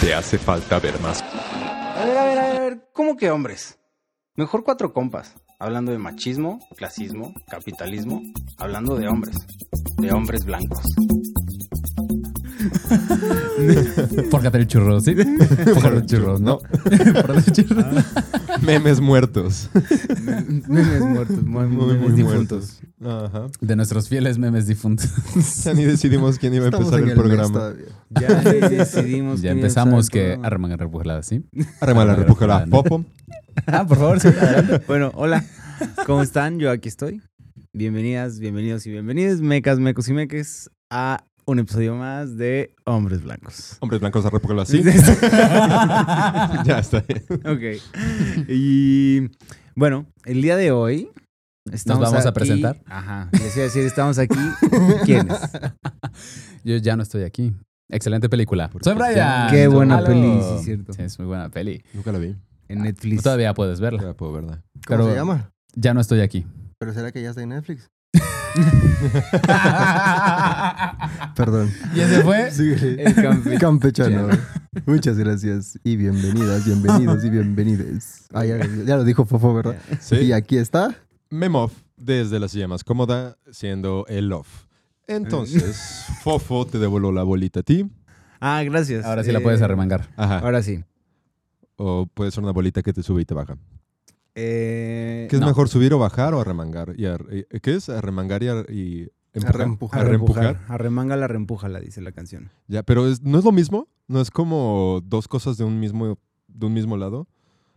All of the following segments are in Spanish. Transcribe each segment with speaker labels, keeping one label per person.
Speaker 1: Te hace falta ver más.
Speaker 2: A ver, a ver, a ver, ¿cómo que hombres? Mejor cuatro compas, hablando de machismo, clasismo, capitalismo, hablando de hombres, de hombres blancos.
Speaker 3: Fórgate el churro, ¿sí? Fórgate el churro, ¿no? Fórgate el churro.
Speaker 1: Memes muertos.
Speaker 3: Memes muertos, memes difuntos.
Speaker 1: Ajá.
Speaker 3: De nuestros fieles memes difuntos.
Speaker 1: Ya ni decidimos quién iba a empezar el programa.
Speaker 2: Ya decidimos.
Speaker 3: Ya empezamos que arman a repujar, ¿sí?
Speaker 1: Arma la repuja la popo.
Speaker 3: Ah, por favor, sí.
Speaker 4: Bueno, hola. ¿Cómo están? Yo aquí estoy. Bienvenidas, bienvenidos y bienvenidas, mecas, mecos y meques, a un episodio más de Hombres Blancos.
Speaker 1: Hombres blancos a repuja así. ya está.
Speaker 4: ok. Y bueno, el día de hoy estamos
Speaker 3: vamos a
Speaker 4: aquí-
Speaker 3: presentar?
Speaker 4: Ajá. Les iba a decir, estamos aquí. ¿Quiénes?
Speaker 3: Yo ya no estoy aquí. Excelente película. Soy Brian.
Speaker 4: Qué buena
Speaker 3: Aló.
Speaker 4: peli, sí, es cierto.
Speaker 3: Sí, es muy buena peli.
Speaker 1: Nunca la vi.
Speaker 4: En Netflix.
Speaker 3: Todavía puedes verla.
Speaker 1: Nunca la puedo verla.
Speaker 3: Pero
Speaker 5: ¿Cómo se llama?
Speaker 3: Ya no estoy aquí.
Speaker 5: Pero será que ya está en Netflix. Perdón.
Speaker 3: ¿Y ese fue?
Speaker 5: Síguele.
Speaker 4: El campe-
Speaker 5: Campechano. Muchas gracias y bienvenidas, bienvenidos y bienvenides. Ah, ya, ya lo dijo Fofo, ¿verdad?
Speaker 1: Sí.
Speaker 5: Y aquí está.
Speaker 1: Memov, desde la silla más cómoda, siendo el off. Entonces, Fofo te devoló la bolita a ti.
Speaker 4: Ah, gracias.
Speaker 3: Ahora sí la
Speaker 4: Eh,
Speaker 3: puedes arremangar.
Speaker 1: Ajá.
Speaker 4: Ahora sí.
Speaker 1: O puede ser una bolita que te sube y te baja.
Speaker 4: Eh,
Speaker 1: ¿Qué es
Speaker 3: No.
Speaker 1: mejor, subir o bajar o arremangar? Y ar- y- ¿Qué es? Arremangar y, ar- y empujar.
Speaker 5: Arreempujar.
Speaker 1: Arreempujar.
Speaker 4: Arremanga la reempújala, dice la canción.
Speaker 1: Ya, pero es- ¿no es lo mismo? ¿No es como dos cosas de un mismo, de un mismo lado?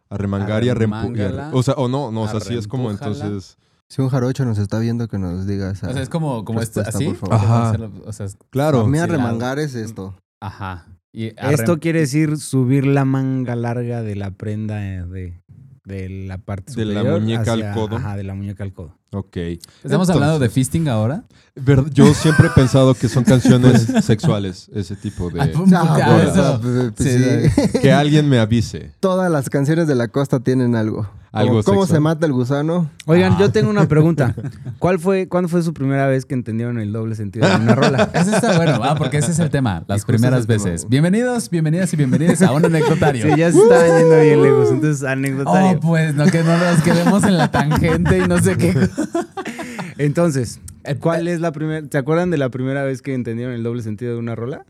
Speaker 1: Arremangar y
Speaker 3: Arremángala.
Speaker 1: arremangar. O sea, o no, no, o sea, sí es como
Speaker 3: Arreempújala.
Speaker 1: entonces...
Speaker 5: Si un jarocho nos está viendo, que nos diga esa.
Speaker 3: O sea, es como, como esto,
Speaker 5: respuesta,
Speaker 3: así.
Speaker 5: Ah. por favor.
Speaker 1: Ajá.
Speaker 3: Hacerlo- O sea, es-
Speaker 1: Claro.
Speaker 5: Para mí
Speaker 3: sí,
Speaker 5: arremangar es esto.
Speaker 3: ajá. Y
Speaker 4: Esto
Speaker 3: arrem-
Speaker 4: quiere decir subir la manga larga de la prenda eh, de, de la parte
Speaker 1: De la
Speaker 4: superior
Speaker 1: muñeca al
Speaker 4: hacia-
Speaker 1: codo.
Speaker 4: Ajá, de la muñeca al codo.
Speaker 1: Ok.
Speaker 3: ¿Estamos
Speaker 1: Entonces-
Speaker 3: hablando de fisting ahora?
Speaker 1: Ver- Yo siempre he pensado que son canciones sexuales, ese tipo de...
Speaker 5: Ah,
Speaker 1: Pues, bueno.
Speaker 3: Mm. eso.
Speaker 5: pues, pues,
Speaker 3: Sí.
Speaker 5: sí.
Speaker 1: Que alguien me avise.
Speaker 5: Todas las canciones de la costa tienen algo.
Speaker 1: Algo
Speaker 5: Como ¿Cómo
Speaker 1: sexual.
Speaker 5: se mata el gusano?
Speaker 3: Ah.
Speaker 4: Oigan, yo tengo una pregunta. ¿Cuál fue, ¿Cuándo fue su primera vez que entendieron el doble sentido de una rola?
Speaker 3: Ese está bueno, ah, porque ese es el tema, las
Speaker 5: Justo
Speaker 3: primeras
Speaker 5: es el tema,
Speaker 3: veces.
Speaker 5: güey.
Speaker 3: Bienvenidos, bienvenidas y bienvenidos a un
Speaker 4: Sí,
Speaker 3: anecdotario.
Speaker 4: ya se estaban yendo bien lejos. Entonces,
Speaker 3: Oh,
Speaker 4: anecdotario.
Speaker 3: pues no, que no nos quedemos en la tangente y no sé qué.
Speaker 4: Entonces, ¿cuál es la primera? ¿Se acuerdan de la primera vez que entendieron el doble sentido de una rola?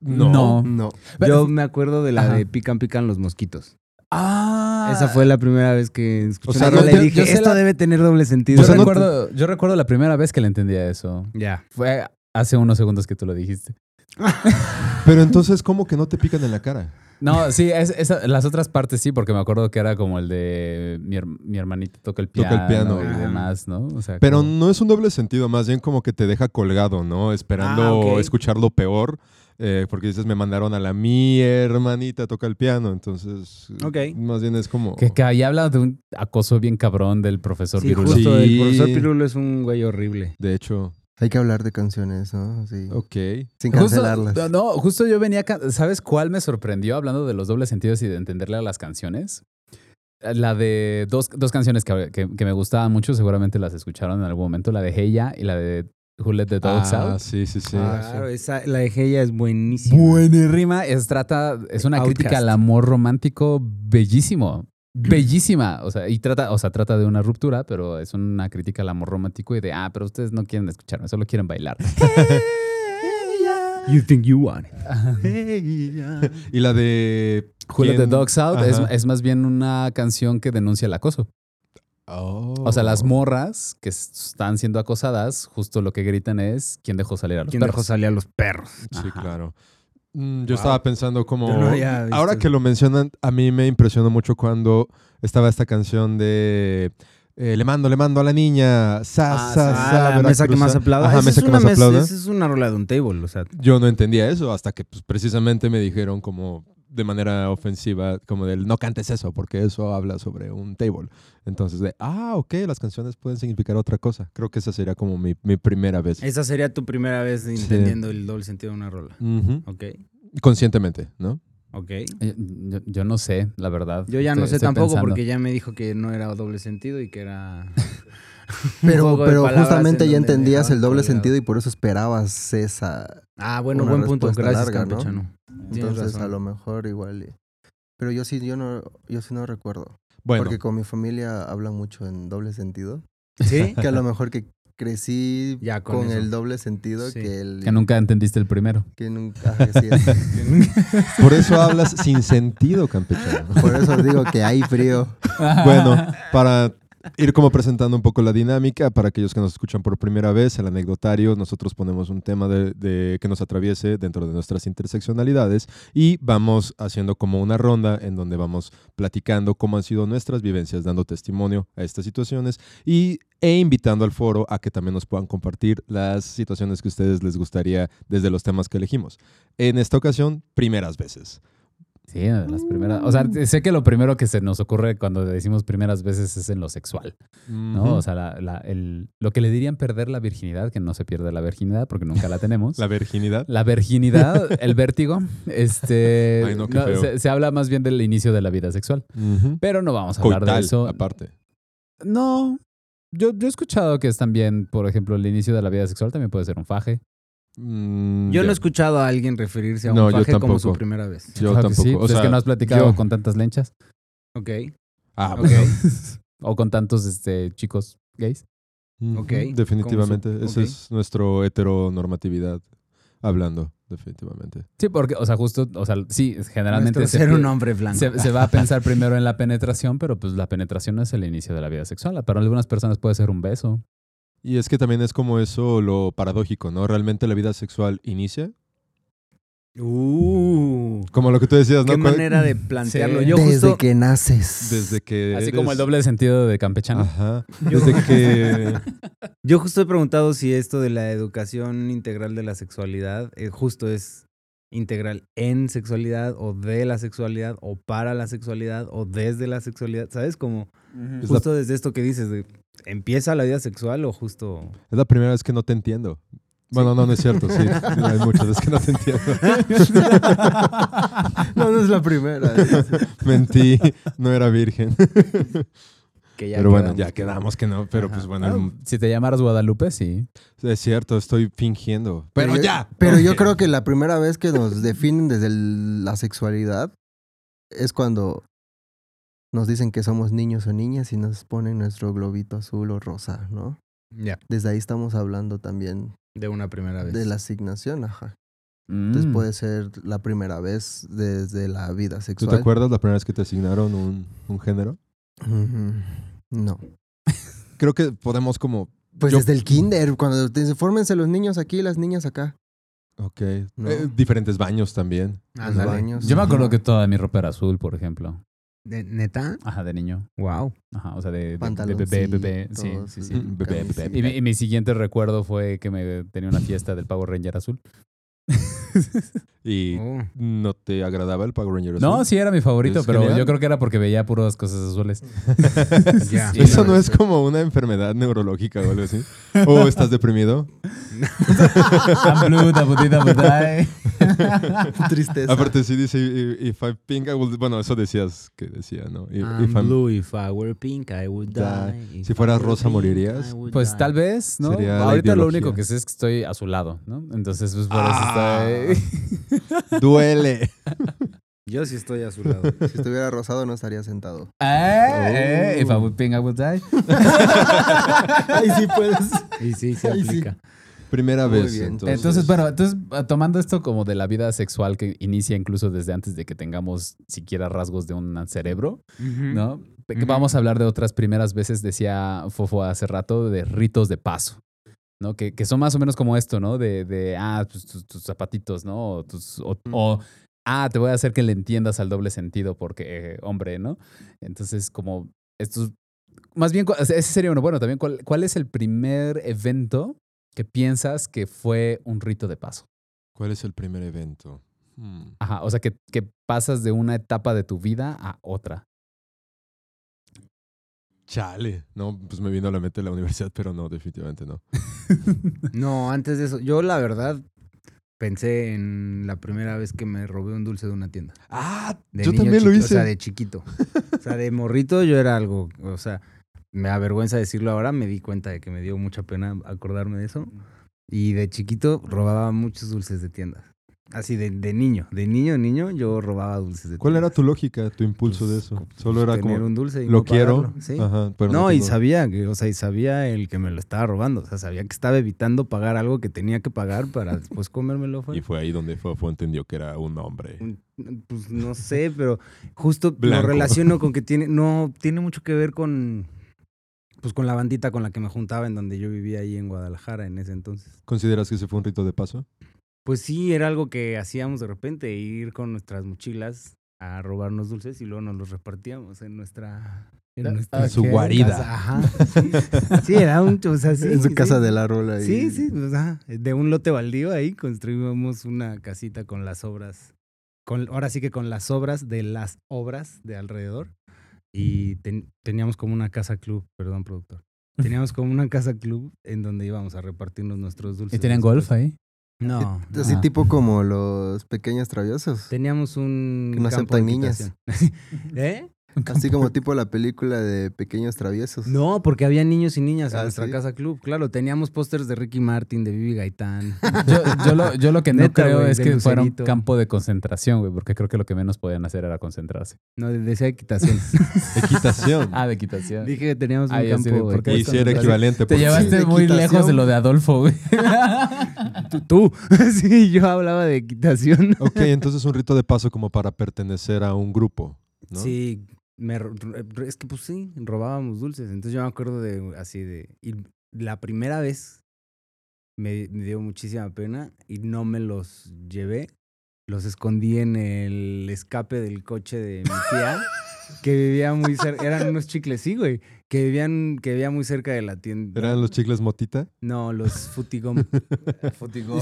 Speaker 3: No.
Speaker 5: No.
Speaker 4: Yo me acuerdo de la
Speaker 3: Ajá.
Speaker 4: de pican pican los mosquitos.
Speaker 3: Ah,
Speaker 4: Esa fue la primera vez que escuché
Speaker 1: O sea,
Speaker 4: una rola
Speaker 3: yo-
Speaker 4: y
Speaker 3: yo
Speaker 4: dije,
Speaker 3: sé
Speaker 4: esto
Speaker 3: la-
Speaker 4: debe tener doble
Speaker 3: Yo,
Speaker 4: sentido.
Speaker 1: O sea, no te-
Speaker 3: recuerdo, yo recuerdo la primera vez que le entendía eso.
Speaker 4: Ya.
Speaker 3: Fue hace unos segundos que tú lo dijiste.
Speaker 1: Pero entonces, ¿cómo que no te pican en la cara?
Speaker 3: No, sí, es, esa- las otras partes sí, porque me acuerdo que era como el de mi, her- mi hermanito toca el piano,
Speaker 1: Toca el piano.
Speaker 3: y
Speaker 4: Ajá.
Speaker 3: demás, ¿no? O sea,
Speaker 1: Pero
Speaker 3: como-
Speaker 1: no es un doble sentido, más bien como que te deja colgado, ¿no? Esperando
Speaker 4: Ah, ok.
Speaker 1: escuchar lo peor. eh, porque dices, me mandaron a la mi hermanita, toca el piano. Entonces, eh,
Speaker 4: Ok.
Speaker 1: más bien es como...
Speaker 3: Que, que ahí habla de un acoso bien cabrón del profesor
Speaker 4: Sí,
Speaker 3: Virulo.
Speaker 4: justo.
Speaker 1: Sí.
Speaker 4: El profesor Pirulo es un güey horrible.
Speaker 1: De hecho,
Speaker 5: Hay que hablar de canciones, ¿no? Sí.
Speaker 1: ok.
Speaker 5: Sin
Speaker 3: Justo-
Speaker 5: cancelarlas.
Speaker 3: no, no, justo yo venía. ca- ¿Sabes cuál me sorprendió hablando de los dobles sentidos y de entenderle a las canciones? Eh, La de dos, dos canciones que, que- que me gustaban mucho, seguramente las escucharon en algún momento: la de Heya y la de Who Let the Dogs
Speaker 1: ah,
Speaker 3: Out.
Speaker 1: sí, sí, sí.
Speaker 5: Ah,
Speaker 4: Claro, esa, la de Heya es buenísima.
Speaker 3: Buenérrima. Es, trata, es una crítica
Speaker 4: Outcast.
Speaker 3: al amor romántico bellísimo. Bellísima. O sea, y trata, o sea, trata de una ruptura, pero es una crítica al amor romántico y de, ah, pero ustedes no quieren escucharme, solo quieren bailar.
Speaker 4: You think you want it.
Speaker 1: Y la de...
Speaker 3: Who Let the
Speaker 1: ¿Quién?
Speaker 3: Dogs Out es,
Speaker 1: Ajá.
Speaker 3: es más bien una canción que denuncia el acoso. O sea,
Speaker 4: Oh.
Speaker 1: Oh.
Speaker 3: las morras que s- están siendo acosadas, justo lo que gritan es ¿quién dejó salir a los
Speaker 4: ¿Quién
Speaker 3: perros?
Speaker 4: dejó salir a los perros?
Speaker 1: Sí,
Speaker 3: Ajá.
Speaker 1: claro. Mm, Yo
Speaker 4: Wow.
Speaker 1: estaba pensando como...
Speaker 4: Yo no había visto
Speaker 1: ahora que
Speaker 4: eso.
Speaker 1: lo mencionan, a mí me impresionó mucho cuando estaba esta canción de... eh, le mando, le mando a la niña, sa,
Speaker 4: Ah,
Speaker 1: sa,
Speaker 4: ah,
Speaker 1: sa,
Speaker 4: la mesa que
Speaker 1: Veracruzá.
Speaker 4: más aplauda.
Speaker 1: Ajá,
Speaker 4: Esa
Speaker 1: mesa
Speaker 4: es
Speaker 1: que
Speaker 4: una
Speaker 1: más
Speaker 4: mesa-
Speaker 1: aplauda.
Speaker 4: esa es una rola de un table, o sea.
Speaker 1: Yo no entendía eso hasta que pues, precisamente me dijeron como de manera ofensiva, como del no cantes eso, porque eso habla sobre un table. Entonces de, ah, ok, las canciones pueden significar otra cosa. Creo que esa sería como mi, mi primera vez.
Speaker 4: Esa sería tu primera vez entendiendo el doble sentido de una rola.
Speaker 1: Ujú.
Speaker 4: Ok,
Speaker 1: Conscientemente, ¿no?
Speaker 4: ok.
Speaker 3: Eh, Yo, yo no sé, la verdad.
Speaker 4: Yo ya no
Speaker 3: Estoy-
Speaker 4: sé
Speaker 3: estoy
Speaker 4: tampoco
Speaker 3: pensando.
Speaker 4: porque ya me dijo que no era doble sentido y que era...
Speaker 5: Pero,
Speaker 4: juego de
Speaker 5: pero
Speaker 4: palabras
Speaker 5: justamente
Speaker 4: en
Speaker 5: ya
Speaker 4: donde
Speaker 5: entendías
Speaker 4: dejaban
Speaker 5: el doble
Speaker 4: colgado.
Speaker 5: sentido y por eso esperabas esa.
Speaker 4: Ah, bueno,
Speaker 5: Una
Speaker 4: buen punto.
Speaker 5: respuesta
Speaker 4: Gracias,
Speaker 5: larga, ¿no?
Speaker 4: campechano. Tienes
Speaker 5: Entonces, a
Speaker 4: razón.
Speaker 5: lo mejor igual. y- Pero yo sí, yo no, yo sí no recuerdo.
Speaker 1: Bueno,
Speaker 5: Porque con mi familia hablan mucho en doble sentido.
Speaker 4: ¿Sí?
Speaker 5: Que a lo mejor que crecí
Speaker 4: Ya, con
Speaker 5: con,
Speaker 4: eso.
Speaker 5: el doble sentido
Speaker 4: Sí.
Speaker 5: que el
Speaker 3: Que nunca entendiste el primero.
Speaker 5: que nunca ajá, que sí es.
Speaker 1: por eso hablas sin sentido, campechano.
Speaker 5: Por eso digo que hay frío.
Speaker 1: Bueno, para ir como presentando un poco la dinámica, para aquellos que nos escuchan por primera vez, el anecdotario, nosotros ponemos un tema de, de- que nos atraviese dentro de nuestras interseccionalidades y vamos haciendo como una ronda en donde vamos platicando cómo han sido nuestras vivencias, dando testimonio a estas situaciones y e invitando al foro a que también nos puedan compartir las situaciones que ustedes les gustaría desde los temas que elegimos. En esta ocasión, primeras veces.
Speaker 3: Sí, una de
Speaker 4: Ah.
Speaker 3: las primeras. O sea, sé que lo primero que se nos ocurre cuando decimos primeras veces es en lo sexual, ¿no?
Speaker 1: Ujú.
Speaker 3: O sea, la- la- el- lo que le dirían perder la virginidad, que no se pierde la virginidad porque nunca la tenemos.
Speaker 1: la virginidad.
Speaker 3: La virginidad, el vértigo, este,
Speaker 1: Ay, no, qué feo.
Speaker 3: se, se habla más bien del inicio de la vida sexual,
Speaker 1: Ujú.
Speaker 3: pero no vamos a hablar
Speaker 1: Coital,
Speaker 3: de eso.
Speaker 1: aparte.
Speaker 3: No, yo, yo he escuchado que es también, por ejemplo, el inicio de la vida sexual también puede ser un faje.
Speaker 1: Mm,
Speaker 4: Yo no
Speaker 1: ya.
Speaker 4: he escuchado a alguien referirse a un
Speaker 1: No, yo
Speaker 4: faje como su
Speaker 1: tampoco.
Speaker 4: primera vez.
Speaker 1: Yo
Speaker 3: Claro que
Speaker 1: tampoco.
Speaker 3: sí,
Speaker 1: o
Speaker 3: pues
Speaker 1: sea,
Speaker 3: es que no has platicado
Speaker 1: yo-
Speaker 3: con tantas lenchas
Speaker 4: Ok,
Speaker 1: Ah,
Speaker 4: ok.
Speaker 1: bueno.
Speaker 3: o con tantos este, chicos gays.
Speaker 1: Ujú,
Speaker 4: Ok,
Speaker 1: Definitivamente.
Speaker 4: como
Speaker 1: Esa
Speaker 4: su- ok.
Speaker 1: es nuestro heteronormatividad hablando, definitivamente.
Speaker 3: Sí, porque, o sea, justo, o sea, sí, generalmente
Speaker 4: Nuestro
Speaker 3: se,
Speaker 4: ser
Speaker 3: pi-
Speaker 4: un hombre blanco.
Speaker 3: se- se va a pensar primero en la penetración, pero pues la penetración no es el inicio de la vida sexual. Para algunas personas puede ser un beso.
Speaker 1: Y es que también es como eso lo paradójico, ¿no? Realmente la vida sexual inicia.
Speaker 4: Uh,
Speaker 1: Como lo que tú decías, Pues ¿no?
Speaker 4: qué
Speaker 1: Cuál-
Speaker 4: manera de plantearlo. Yo
Speaker 5: Desde
Speaker 4: justo...
Speaker 5: que naces.
Speaker 1: Desde que.
Speaker 3: Así
Speaker 1: eres- Ah.
Speaker 3: como el doble sentido de campechano.
Speaker 1: Ajá.
Speaker 4: Yo-
Speaker 1: Desde que.
Speaker 4: Yo justo he preguntado si esto de la educación integral de la sexualidad eh, justo es integral en sexualidad o de la sexualidad o para la sexualidad o desde la sexualidad, ¿sabes? Como
Speaker 1: Es la,
Speaker 4: justo desde esto que dices, de, ¿empieza la vida sexual o justo...?
Speaker 1: es la primera vez que no te entiendo. Bueno, no, no es cierto, sí. Hay muchas veces que no te entiendo.
Speaker 5: No, no es la primera.
Speaker 1: Mentí, no era virgen.
Speaker 4: Que
Speaker 1: pero bueno,
Speaker 4: quedamos?
Speaker 1: ya quedamos que no. Pero pues bueno,
Speaker 3: Ah,
Speaker 1: el-
Speaker 3: si te llamaras Guadalupe, sí.
Speaker 1: Es cierto, estoy fingiendo. Pero,
Speaker 5: yo-
Speaker 1: ya.
Speaker 5: Pero yo
Speaker 1: Ok.
Speaker 5: creo que la primera vez que nos definen desde el- la sexualidad es cuando nos dicen que somos niños o niñas y nos ponen nuestro globito azul o rosa, ¿no?
Speaker 4: Ya,
Speaker 5: Desde ahí estamos hablando también
Speaker 4: de una primera vez.
Speaker 5: de la asignación, ajá. Entonces
Speaker 3: Mm.
Speaker 5: puede ser la primera vez desde la vida
Speaker 1: ¿Tú
Speaker 5: sexual.
Speaker 1: te acuerdas la primera vez que te asignaron un, un género?
Speaker 5: Ujú. No.
Speaker 1: Creo que podemos como...
Speaker 5: Pues
Speaker 1: Yo-
Speaker 5: desde el kinder, cuando te dicen, "Fórmense los niños aquí, las niñas acá.
Speaker 1: Ok.
Speaker 5: No.
Speaker 1: eh, diferentes baños también.
Speaker 5: Los
Speaker 4: Ándale.
Speaker 5: baños.
Speaker 3: Yo me acuerdo
Speaker 5: ajá.
Speaker 3: que toda mi ropa era azul, por ejemplo.
Speaker 4: ¿De- ¿Neta? Oh,
Speaker 3: Ajá, de niño.
Speaker 4: Wow.
Speaker 3: Ajá, o sea, de, de- de
Speaker 5: Pantaloncitos,
Speaker 3: bebé, bebé. Sí, sí, sí.
Speaker 1: Mm, bebé, bebé,
Speaker 5: camisita.
Speaker 3: Y mi, y mi siguiente recuerdo fue que me tenía una fiesta del Power Ranger azul.
Speaker 1: ¿Y
Speaker 4: Oh.
Speaker 1: no te agradaba el Power Ranger?
Speaker 3: No,
Speaker 1: azul?
Speaker 3: sí era mi favorito,
Speaker 1: Es
Speaker 3: pero
Speaker 1: genial.
Speaker 3: yo creo que era porque veía puras cosas azules.
Speaker 4: Ya.
Speaker 3: Sí,
Speaker 1: Eso
Speaker 3: no,
Speaker 1: no es como una enfermedad neurológica o algo así. ¿O estás deprimido?
Speaker 3: I'm blue, da bu di, da bu dai.
Speaker 5: Tristeza.
Speaker 1: Aparte sí dice, "I- if I pink I will... Bueno, eso decías que decía, ¿no? I-
Speaker 4: I'm
Speaker 1: if I'm-
Speaker 4: Ah, blue, if I were pink, I would
Speaker 1: Die.
Speaker 4: die. If
Speaker 1: Si fueras
Speaker 4: I were
Speaker 1: rosa,
Speaker 4: pink,
Speaker 1: ¿morirías?
Speaker 4: I would
Speaker 3: Pues
Speaker 4: die.
Speaker 3: tal vez, ¿no?
Speaker 1: Sería la
Speaker 3: Ahorita lo
Speaker 1: ideología.
Speaker 3: único que sé es que estoy azulado, ¿no? Entonces, pues por
Speaker 4: Ah.
Speaker 3: eso estoy...
Speaker 1: Duele.
Speaker 4: Yo sí estoy azulado.
Speaker 5: Si estuviera rosado no estaría sentado.
Speaker 1: Oh.
Speaker 3: Eh, eh, if I would pink, I would die.
Speaker 5: Ahí sí puedes.
Speaker 4: Y sí, se
Speaker 5: Ay, sí.
Speaker 4: aplica.
Speaker 1: Primera
Speaker 5: Muy
Speaker 1: vez,
Speaker 5: bien.
Speaker 1: entonces.
Speaker 3: Entonces, bueno, entonces ah, tomando esto como de la vida sexual que inicia incluso desde antes de que tengamos siquiera rasgos de un cerebro, ¿no? Que
Speaker 4: Ujú.
Speaker 3: Vamos a hablar de otras primeras veces, decía Fofo hace rato, de ritos de paso, ¿no? Que, que son más o menos como esto, ¿no? De, de ah, pues, tus, tus zapatitos, ¿no? O, tus- o- o, ah, te voy a hacer que le entiendas al doble sentido porque, eh, hombre, ¿no? Entonces, como estos Más bien, cu- ese sería uno. Bueno, también, ¿cuál, ¿cuál es el primer evento que piensas que fue un rito de paso?
Speaker 1: ¿Cuál es el primer evento? Hmm.
Speaker 3: Ajá, o sea, que, que pasas de una etapa de tu vida a otra.
Speaker 1: Chale. No, pues me vino a la mente la universidad, pero no, definitivamente no.
Speaker 4: No, antes de eso, yo la verdad pensé en la primera vez que me robé un dulce de una tienda.
Speaker 1: Ah,
Speaker 4: De
Speaker 1: yo
Speaker 4: niño
Speaker 1: también lo
Speaker 4: chiquito,
Speaker 1: hice.
Speaker 4: O sea, de chiquito. O sea, de morrito yo era algo, o sea, me avergüenza decirlo ahora, me di cuenta de que me dio mucha pena acordarme de eso. Y de chiquito robaba muchos dulces de tiendas. Así de, de niño, de niño, niño, yo robaba dulces de
Speaker 1: ¿Cuál
Speaker 4: tiendas.
Speaker 1: era tu lógica, tu impulso de
Speaker 4: Pues,
Speaker 1: eso?
Speaker 4: pues,
Speaker 1: Solo era
Speaker 4: tener
Speaker 1: como,
Speaker 4: un dulce y
Speaker 1: lo
Speaker 4: no
Speaker 1: quiero.
Speaker 4: pagarlo, ¿sí?
Speaker 1: Ajá, pero
Speaker 4: no, y
Speaker 1: tengo-
Speaker 4: sabía, que, o sea, y sabía el que me lo estaba robando. O sea, sabía que estaba evitando pagar algo que tenía que pagar para después comérmelo
Speaker 1: Y
Speaker 4: fuera.
Speaker 1: fue ahí donde Fofo entendió que era un hombre.
Speaker 4: Pues no sé, pero justo lo
Speaker 1: Blanco.
Speaker 4: relaciono con que tiene. No, tiene mucho que ver con. Pues con la bandita con la que me juntaba en donde yo vivía ahí en Guadalajara en ese entonces.
Speaker 1: ¿Consideras que ese fue un rito de paso?
Speaker 4: Pues sí, era algo que hacíamos de repente, ir con nuestras mochilas a robarnos dulces y luego nos los repartíamos en nuestra. En, nuestra
Speaker 3: En su guarida.
Speaker 4: casa. Ajá. Sí, Sí, era un. O sea, sí,
Speaker 5: en su
Speaker 4: sí.
Speaker 5: casa del árbol ahí.
Speaker 4: Sí, sí, pues, ajá, de un lote baldío ahí construimos una casita con las obras, con, ahora sí que con las obras de las obras de alrededor y ten- teníamos como una casa club, perdón productor, teníamos como una casa club en donde íbamos a repartirnos nuestros dulces.
Speaker 3: ¿Y tenían
Speaker 4: después.
Speaker 3: golf ahí?
Speaker 4: No,
Speaker 5: Así
Speaker 3: Ah.
Speaker 5: tipo como los pequeños traviosos.
Speaker 4: teníamos un
Speaker 5: Que no
Speaker 4: campo de
Speaker 5: aceptan niñas.
Speaker 4: equitación. ¿Eh?
Speaker 5: Así como tipo la película de Pequeños Traviesos.
Speaker 4: No, porque había niños y niñas en
Speaker 5: Ah,
Speaker 4: nuestra
Speaker 5: ¿sí?
Speaker 4: casa club. Claro, teníamos pósters de Ricky Martin, de Vivi Gaitán.
Speaker 3: Yo, yo lo, yo lo que no
Speaker 4: Neta,
Speaker 3: creo
Speaker 4: güey,
Speaker 3: es
Speaker 4: de
Speaker 3: que fuera un
Speaker 4: Lucerito.
Speaker 3: campo de concentración, güey, porque creo que lo que menos podían hacer era concentrarse.
Speaker 4: No, decía equitación.
Speaker 1: Equitación.
Speaker 3: Ah, de quitación.
Speaker 4: Dije que teníamos un
Speaker 1: Ah,
Speaker 3: Ay, así de,
Speaker 4: campo
Speaker 3: ¿por
Speaker 4: de
Speaker 3: qué
Speaker 1: y si era
Speaker 3: Gracias.
Speaker 1: equivalente.
Speaker 3: Te
Speaker 1: porque-
Speaker 3: llevaste
Speaker 5: de
Speaker 3: muy
Speaker 5: equitación.
Speaker 3: lejos de lo de Adolfo, güey.
Speaker 4: Tú, tú. sí, yo hablaba de equitación.
Speaker 1: Ok, entonces un rito de paso como para pertenecer a un grupo, ¿no?
Speaker 4: Sí, me ro- ro- es que pues sí, robábamos dulces. Entonces yo me acuerdo de así de. Y la primera vez me, me dio muchísima pena y no me los llevé. Los escondí en el escape del coche de mi tía. Que vivía muy cerca, eran unos chicles, sí, güey. Que vivían, que vivía muy cerca de la tienda.
Speaker 1: ¿Eran los chicles motita?
Speaker 4: No, los futigom. futigom.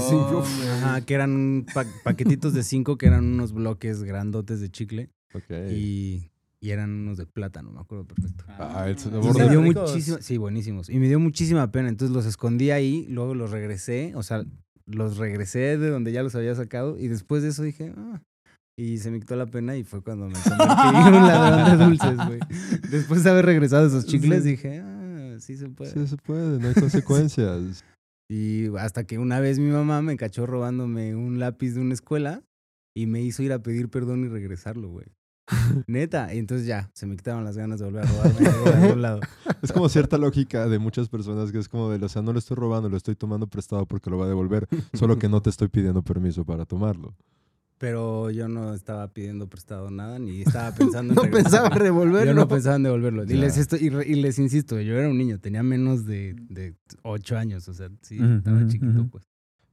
Speaker 4: Ajá, que eran pa- paquetitos de cinco, que eran unos bloques grandotes de chicle.
Speaker 1: Ok.
Speaker 4: Y, y eran unos de plátano, me acuerdo perfecto.
Speaker 1: Ah, el
Speaker 4: Y
Speaker 1: sabor
Speaker 4: me
Speaker 1: de-
Speaker 4: pues, dio
Speaker 3: ricos.
Speaker 4: muchísima, sí, buenísimos. Y me dio muchísima pena. Entonces los escondí ahí, luego los regresé, o sea, los regresé de donde ya los había sacado. Y después de eso dije, ah. Y se me quitó la pena y fue cuando me convertí en un ladrón de dulces, güey. Después de haber regresado esos chicles,
Speaker 1: Sí.
Speaker 4: dije, ah, sí se puede.
Speaker 1: Sí se puede, no hay consecuencias.
Speaker 4: Y hasta que una vez mi mamá me cachó robándome un lápiz de una escuela y me hizo ir a pedir perdón y regresarlo, güey. Neta, y entonces ya, se me quitaron las ganas de volver a robarme algo de algún lado.
Speaker 1: Es como cierta lógica de muchas personas que es como de, o sea, no lo estoy robando, lo estoy tomando prestado porque lo va a devolver, solo que no te estoy pidiendo permiso para tomarlo.
Speaker 4: Pero yo no estaba pidiendo prestado nada ni estaba pensando en
Speaker 5: No
Speaker 4: regresarlo.
Speaker 5: pensaba revolverlo.
Speaker 4: Yo no pensaba en devolverlo. Y
Speaker 1: Ya.
Speaker 4: les, esto- y, re- y les insisto, yo era un niño, tenía menos de, de 8 años, o sea, sí,
Speaker 3: Ujú,
Speaker 4: estaba
Speaker 3: ujú,
Speaker 4: chiquito,
Speaker 3: ujú.
Speaker 4: pues.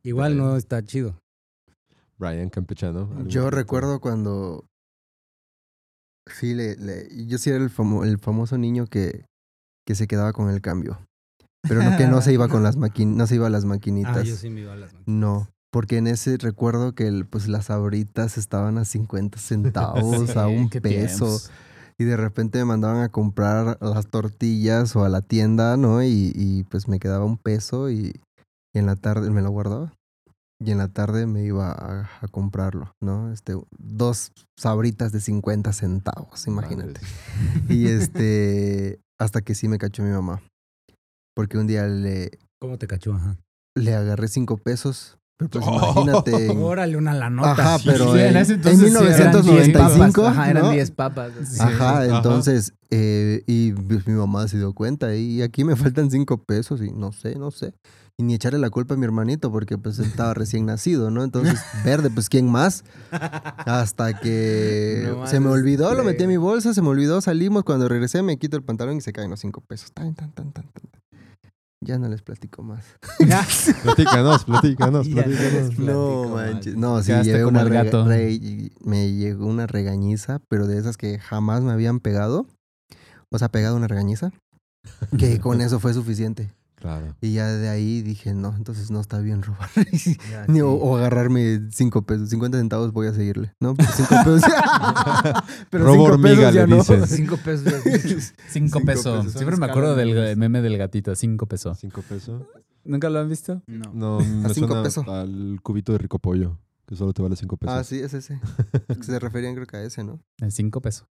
Speaker 4: Igual no está chido.
Speaker 1: Brian Campechano. ¿algún
Speaker 5: Yo
Speaker 1: otro?
Speaker 5: recuerdo cuando. Sí, le, le- yo sí era el, famo- el famoso niño que, que se quedaba con el cambio. Pero no, que no se iba con las maquin no se iba a las maquinitas.
Speaker 4: Ah, yo sí me iba a las manos.
Speaker 5: No, porque en ese recuerdo que el- pues las abritas estaban a 50 centavos, a un
Speaker 3: qué
Speaker 5: "Oh, peso.
Speaker 3: tiempos.
Speaker 5: Y de repente me mandaban a comprar las tortillas o a la tienda, ¿no? Y, y, pues me quedaba un peso y, y en la tarde me lo guardaba. Y en la tarde me iba a, a comprarlo, ¿no? Este, dos sabritas de 50 centavos, imagínate.
Speaker 1: Madres.
Speaker 5: Y este, hasta que sí me cachó mi mamá. Porque un día le,
Speaker 4: ¿Cómo te cachó? Ajá.
Speaker 5: le agarré cinco pesos. Pero pues imagínate. en-
Speaker 4: Órale, una lanota.
Speaker 5: Ajá,
Speaker 1: sí,
Speaker 5: pero
Speaker 3: Oh. sí, en
Speaker 5: en,
Speaker 3: ese
Speaker 5: en
Speaker 3: entonces sí eran
Speaker 5: 1995.
Speaker 4: Ajá, eran
Speaker 5: ¿no?
Speaker 4: 10 papas. así.
Speaker 5: Ajá,
Speaker 1: Ajá.
Speaker 5: entonces, eh, y pues, mi mamá se dio cuenta, y aquí me faltan cinco pesos, y no sé, no sé. Y ni echarle la culpa a mi hermanito, porque pues él estaba recién nacido, ¿no? Entonces, verde, pues ¿quién más? Hasta que
Speaker 4: No
Speaker 5: se me
Speaker 4: mames,
Speaker 5: olvidó, lo
Speaker 4: güey.
Speaker 5: metí en mi bolsa, se me olvidó, salimos, cuando regresé me quito el pantalón y se caen los cinco pesos. Tan, tan, tan, tan, tan. Ya no les platico más.
Speaker 1: Platícanos, platícanos,
Speaker 4: Ya no
Speaker 1: platícanos.
Speaker 4: les
Speaker 5: No
Speaker 4: platico más.
Speaker 5: manches. No, sí,
Speaker 3: Quedaste
Speaker 5: llevé
Speaker 3: como
Speaker 5: una
Speaker 3: el
Speaker 5: rega-
Speaker 3: gato.
Speaker 5: re- me llegó una regañiza, pero de esas que jamás me habían pegado. O sea, pegado una regañiza. que con eso fue suficiente.
Speaker 1: Claro.
Speaker 5: Y ya de ahí dije, no, entonces no está bien robar.
Speaker 4: Ya,
Speaker 5: Ni
Speaker 4: sí.
Speaker 5: o, o agarrarme 5 pesos, 50 centavos voy a seguirle, ¿no? Pero 5 pesos. Pero
Speaker 1: Robo
Speaker 5: cinco
Speaker 1: hormiga,
Speaker 5: pesos ya
Speaker 1: le
Speaker 5: no.
Speaker 1: dicen.
Speaker 4: Cinco pesos ya es mucho.
Speaker 3: Cinco,
Speaker 5: Cinco
Speaker 3: pesos.
Speaker 5: pesos.
Speaker 3: Siempre me
Speaker 5: Escala
Speaker 3: acuerdo
Speaker 5: de
Speaker 3: del
Speaker 5: niveles.
Speaker 3: meme del gatito, cinco pesos.
Speaker 1: ¿Cinco pesos?
Speaker 3: ¿Nunca lo han visto?
Speaker 4: No.
Speaker 1: No, me
Speaker 5: cinco
Speaker 1: suena
Speaker 5: pesos.
Speaker 1: al cubito de rico pollo, que solo te vale cinco pesos.
Speaker 5: Ah, sí, es ese. Se referían creo que a ese, ¿no?
Speaker 3: El cinco pesos.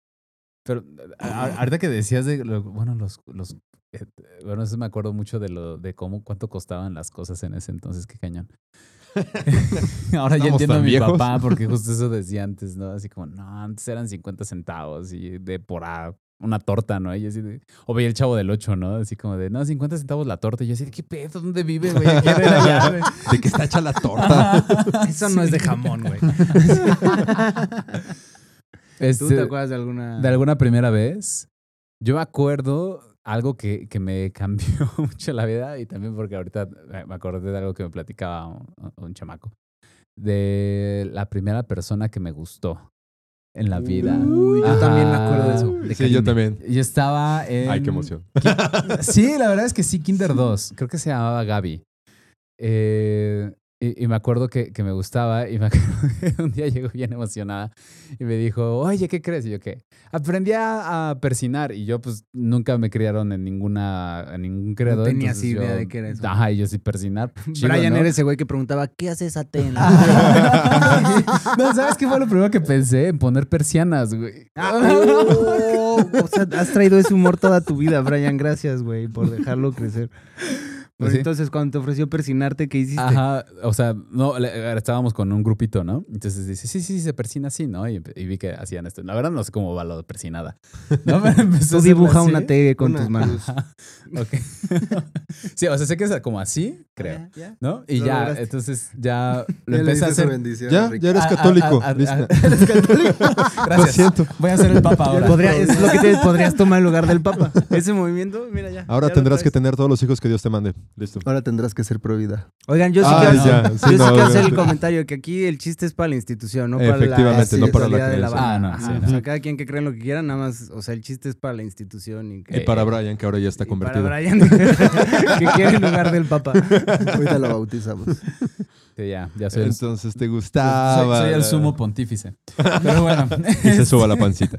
Speaker 3: Pero a- a- ahorita que decías de, lo- bueno, los, los, eh, bueno, eso me acuerdo mucho de lo, de cómo, cuánto costaban las cosas en ese entonces, qué cañón. Ahora ya
Speaker 1: Estamos
Speaker 3: entiendo a
Speaker 1: tan
Speaker 3: mi
Speaker 1: viejos.
Speaker 3: papá porque justo eso decía antes, ¿no? Así como, no, antes eran 50 centavos y de por a- una torta, ¿no? Y yo así de- o veía el chavo del 8, ¿no? Así como de, no, 50 centavos la torta. Y yo así de, ¿qué pedo? ¿Dónde vive, güey? ¿A qué hora era allá, güey?"
Speaker 1: ¿De qué está hecha la torta?
Speaker 4: Eso no es de jamón, güey. ¿Tú te
Speaker 3: Este,
Speaker 4: acuerdas de alguna?
Speaker 3: ¿De alguna primera vez? Yo me acuerdo algo que, que me cambió mucho la vida y también porque ahorita eh, me acordé de algo que me platicaba un, un chamaco. De la primera persona que me gustó en la vida.
Speaker 4: Uy, yo también me acuerdo de eso.
Speaker 3: Ajá.
Speaker 4: De
Speaker 1: sí, yo
Speaker 4: Karime.
Speaker 1: también.
Speaker 3: Yo estaba en...
Speaker 1: Ay, qué emoción.
Speaker 3: Sí, la verdad es que sí, Kinder 2. Creo que se llamaba Gaby. Eh, y, y me acuerdo que, que me gustaba y me acuerdo que un día llegó bien emocionada y me dijo, oye, ¿qué crees? Y yo, ¿qué? Aprendí a, a persinar y yo pues nunca me criaron en ninguna, en ningún creador. entonces
Speaker 4: tenías idea
Speaker 3: yo-
Speaker 4: de qué era eso.
Speaker 3: Ajá, y yo sí persinar. pues, chido,
Speaker 4: Brian
Speaker 3: ¿no?
Speaker 4: era ese güey que preguntaba, ¿qué hace esa tela?
Speaker 3: no, ¿sabes qué fue lo primero que pensé? En poner persianas, güey.
Speaker 4: Ah, o sea, has traído ese humor toda tu vida, Brian. Gracias, güey, por dejarlo crecer. Pero
Speaker 3: Pues sí.
Speaker 4: entonces, cuando te ofreció persinarte, ¿qué hiciste?
Speaker 3: Ajá, o sea, no, le- eh, estábamos con un grupito, ¿no? Entonces dice, sí, sí, sí, se persina así, ¿no? Y, y vi que hacían esto. La verdad no sé cómo va lo de persinada. ¿No? Pero empezó a
Speaker 4: Tú
Speaker 3: hacerlo
Speaker 4: dibuja
Speaker 3: así.
Speaker 4: una T con
Speaker 5: Una
Speaker 4: tus manos.
Speaker 5: cruz.
Speaker 3: Ok. sí, o sea, sé que es como así, creo,
Speaker 4: Ajá, ya.
Speaker 3: ¿no? Y
Speaker 5: Lo
Speaker 3: ya,
Speaker 5: lograste.
Speaker 3: entonces ya lo
Speaker 5: Ya
Speaker 3: empecé
Speaker 5: le
Speaker 3: a
Speaker 5: diste su
Speaker 3: hacer.
Speaker 5: bendición a
Speaker 1: Ya,
Speaker 5: Ricky.
Speaker 1: ya eres
Speaker 3: Ah, ah,
Speaker 1: católico.
Speaker 3: ah, ah,
Speaker 1: listo.
Speaker 3: ah, eres católico. Gracias.
Speaker 1: siento.
Speaker 3: Voy a ser el papa ahora.
Speaker 4: Podría- es lo que te podrías tomar el lugar del Papa. Ese movimiento, mira ya.
Speaker 1: Ahora
Speaker 4: ya lo
Speaker 1: tendrás que
Speaker 4: traes.
Speaker 1: tener todos los hijos que Dios te mande. Listo.
Speaker 5: Ahora tendrás que ser pro vida.
Speaker 4: Oigan, yo sí
Speaker 1: Ah,
Speaker 4: quiero,
Speaker 1: ya,
Speaker 4: yo
Speaker 1: sí,
Speaker 4: sí
Speaker 1: no,
Speaker 4: quiero hacer el
Speaker 1: obviamente.
Speaker 4: comentario que aquí el chiste es para la institución, no para la
Speaker 1: Efectivamente,
Speaker 5: no para la
Speaker 4: sexualidad de
Speaker 1: creencia.
Speaker 4: banda.
Speaker 3: Ah, no,
Speaker 4: Ajá,
Speaker 3: sí,
Speaker 4: o
Speaker 3: no.
Speaker 4: sea, cada quien que cree en lo que quiera, nada más, o sea, el chiste es para la institución. Y,
Speaker 1: Y
Speaker 4: que-
Speaker 1: para Brian, que ahora ya está
Speaker 4: y
Speaker 1: convertido.
Speaker 4: Para Brian, que quiere el lugar del Papa.
Speaker 5: Ahorita lo bautizamos.
Speaker 3: Sí, ya, ya soy el, soy,
Speaker 1: Entonces te gustaba.
Speaker 3: soy el sumo pontífice. Pero bueno. este,
Speaker 1: Y se suba la pancita.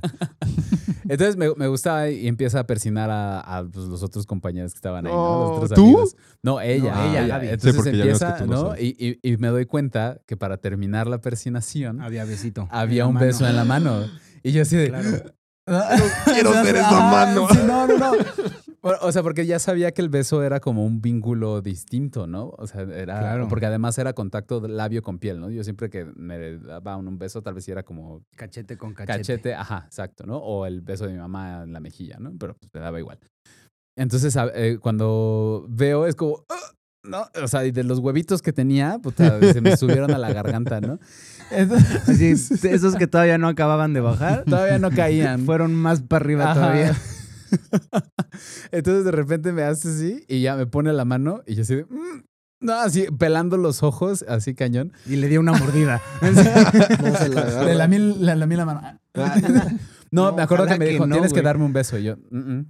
Speaker 3: Entonces me, me gustaba y empieza a persinar a, a, pues, los otros compañeros que estaban ahí, ¿no? Los
Speaker 1: No,
Speaker 3: otros
Speaker 1: ¿tú?
Speaker 3: amigos. No, ella,
Speaker 4: No,
Speaker 3: ella.
Speaker 4: ella, Gaby.
Speaker 3: Entonces
Speaker 1: Sí, porque ya vemos que
Speaker 3: empieza,
Speaker 1: tú no
Speaker 3: ¿no?
Speaker 1: sabes.
Speaker 3: Y, y- y me doy cuenta que para terminar la persinación
Speaker 4: Había besito.
Speaker 3: había un beso en la mano. Y yo así de...
Speaker 4: Claro.
Speaker 3: quiero ser esa mano. no, no, no. O- O sea, porque ya sabía que el beso era como un vínculo distinto, ¿no? O sea, era.
Speaker 4: Claro.
Speaker 3: Porque además era contacto de labio con piel, ¿no? Yo siempre que me daba un un beso, tal vez sí era como
Speaker 4: Cachete con cachete.
Speaker 3: cachete. ajá, exacto, ¿no? O el beso de mi mamá en la mejilla, ¿no? Pero pues, me daba igual. Entonces, a- eh, cuando veo, es como, "Ah", ¿no? O sea, y de los huevitos que tenía, puta, se me subieron a la garganta, ¿no? Entonces,
Speaker 4: Así, esos que todavía no acababan de bajar,
Speaker 3: todavía no caían.
Speaker 4: fueron más para arriba
Speaker 3: Ajá.
Speaker 4: todavía.
Speaker 3: Entonces, de repente me hace así y ya me pone la mano y yo así de, "Mm". No, así pelando los ojos, así cañón.
Speaker 4: Y le dio una mordida.
Speaker 5: No se la agarra.
Speaker 3: Le lamí, le lamí la mano. No,
Speaker 4: No,
Speaker 3: me acuerdo que
Speaker 4: ojalá
Speaker 3: me
Speaker 4: que
Speaker 3: dijo,
Speaker 4: no,
Speaker 3: tienes que
Speaker 4: güey".
Speaker 3: darme un beso. Y yo, "Mm, mm".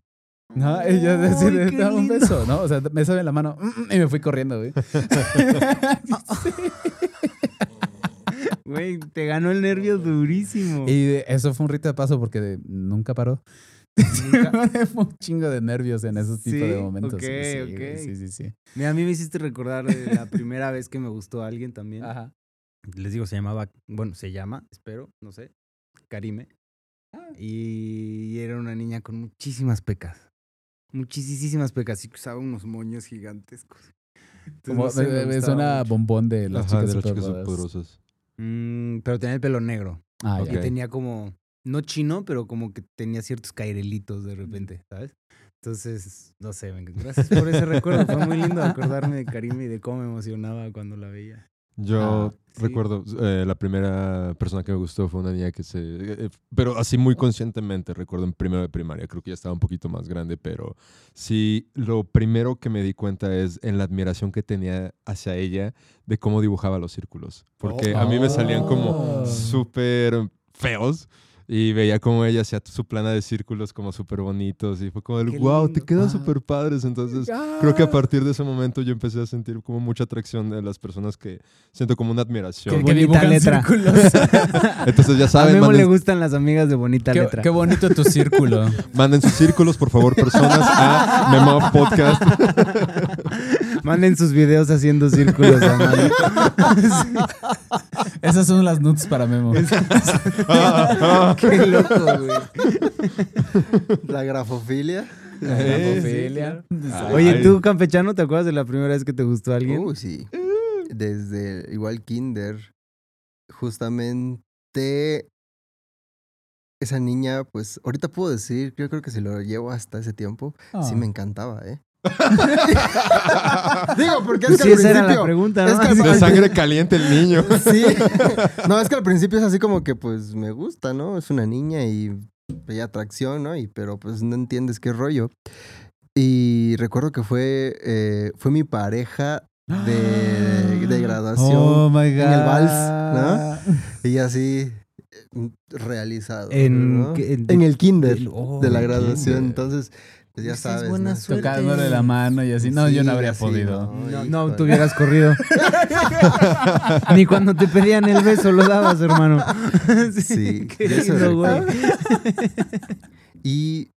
Speaker 3: No, y yo así de,
Speaker 4: Ay, qué
Speaker 3: "Dame un
Speaker 4: lindo".
Speaker 3: beso, ¿no? O sea, me sabe la mano "Mm, mm", y me fui corriendo, güey.
Speaker 4: Güey, te ganó el nervio durísimo.
Speaker 3: Y de- eso fue un rito de paso porque de- nunca paró. fue un chingo de nervios en esos tipos de
Speaker 4: Sí,
Speaker 3: momentos.
Speaker 4: ok,
Speaker 3: sí,
Speaker 4: ok.
Speaker 3: güey, sí, sí, sí.
Speaker 4: Mira, a mí me hiciste recordar de la primera vez que me gustó alguien también.
Speaker 3: Ajá.
Speaker 4: Les digo, se llamaba, bueno, se llama, espero, no sé, Karime.
Speaker 3: Ah.
Speaker 4: Y era una niña con muchísimas pecas. Muchísimas pecas. Y usaba unos moños gigantescos. Entonces,
Speaker 3: Como,
Speaker 4: no sé,
Speaker 3: me-
Speaker 4: me
Speaker 3: me
Speaker 4: gustaba
Speaker 3: suena
Speaker 4: mucho.
Speaker 3: bombón de las
Speaker 1: Ajá,
Speaker 3: chicas
Speaker 1: de los chicos
Speaker 3: superpoderosas.
Speaker 1: poderosos.
Speaker 4: Mm, pero tenía el pelo negro.
Speaker 3: Ah, ya.
Speaker 4: Y tenía como, no chino, pero como que tenía ciertos cairelitos de repente, ¿sabes? Entonces, no sé, me- gracias por ese recuerdo. Fue muy lindo acordarme de Karime y de cómo me emocionaba cuando la veía.
Speaker 1: Yo
Speaker 4: Ah, sí.
Speaker 1: recuerdo, eh, la primera persona que me gustó fue una niña que se... eh, eh, pero así muy conscientemente, recuerdo en primero de primaria, creo que ya estaba un poquito más grande, pero sí, lo primero que me di cuenta es en la admiración que tenía hacia ella de cómo dibujaba los círculos. Porque a mí me salían como
Speaker 3: Oh.
Speaker 1: súper feos. Y veía como ella hacía su plana de círculos como súper bonitos y fue como el,
Speaker 3: Qué
Speaker 1: wow, te
Speaker 3: lindo.
Speaker 1: quedan
Speaker 3: Ah.
Speaker 1: súper padres. Entonces, creo que a partir de ese momento yo empecé a sentir como mucha atracción de las personas que siento como una admiración.
Speaker 3: Qué
Speaker 4: Bonita
Speaker 3: dibujan
Speaker 4: letra.
Speaker 3: círculos.
Speaker 1: Entonces, ya
Speaker 4: A
Speaker 1: saben,
Speaker 4: Memo le
Speaker 1: manden,
Speaker 4: gustan las amigas de bonita
Speaker 3: qué,
Speaker 4: letra.
Speaker 3: qué bonito tu círculo.
Speaker 1: manden sus círculos, por favor, personas, a Memo Podcast.
Speaker 4: Manden sus videos haciendo círculos a mano.
Speaker 3: Esas son las nudes para Memo.
Speaker 4: Qué loco, güey.
Speaker 5: La grafofilia.
Speaker 3: Grafofilia.
Speaker 4: Oye, tú, campechano, ¿te acuerdas de la primera vez que te gustó alguien?
Speaker 5: Uy, sí. Desde igual kinder. Justamente esa niña, pues ahorita puedo decir, yo creo que si lo llevo hasta ese tiempo,
Speaker 3: Ah.
Speaker 5: sí me encantaba, ¿eh? Digo, porque es
Speaker 4: Pues
Speaker 5: que
Speaker 4: sí,
Speaker 5: al
Speaker 4: esa era la
Speaker 5: principio-
Speaker 4: pregunta,
Speaker 5: es
Speaker 4: ¿no?
Speaker 5: que al-
Speaker 1: De sangre caliente el niño.
Speaker 5: Sí. No, es que al principio es así como que pues me gusta, ¿no? Es una niña y hay atracción, ¿no? Y pero pues no entiendes qué rollo. Y recuerdo que fue eh, fue mi pareja de, de graduación
Speaker 3: Ah. Oh my
Speaker 5: en
Speaker 3: god.
Speaker 5: el vals, y así eh, realizado.
Speaker 4: En
Speaker 5: ¿no?
Speaker 4: que- en-
Speaker 5: En el kinder
Speaker 4: del- oh,
Speaker 5: de la
Speaker 4: en el
Speaker 5: graduación,
Speaker 4: kinder.
Speaker 5: entonces pues ya
Speaker 4: Esa es
Speaker 5: sabes. ¿no?
Speaker 4: buena suerte.
Speaker 3: Tocándole la mano y así. No, yo no
Speaker 5: Sí,
Speaker 3: habría
Speaker 5: así,
Speaker 3: podido.
Speaker 4: No,
Speaker 5: Híjole.
Speaker 4: no, te hubieras corrido. Ni cuando te pedían el beso lo dabas, hermano.
Speaker 5: Sí,
Speaker 4: Qué
Speaker 5: de eso
Speaker 4: lindo, güey.
Speaker 5: recuerdo. Y,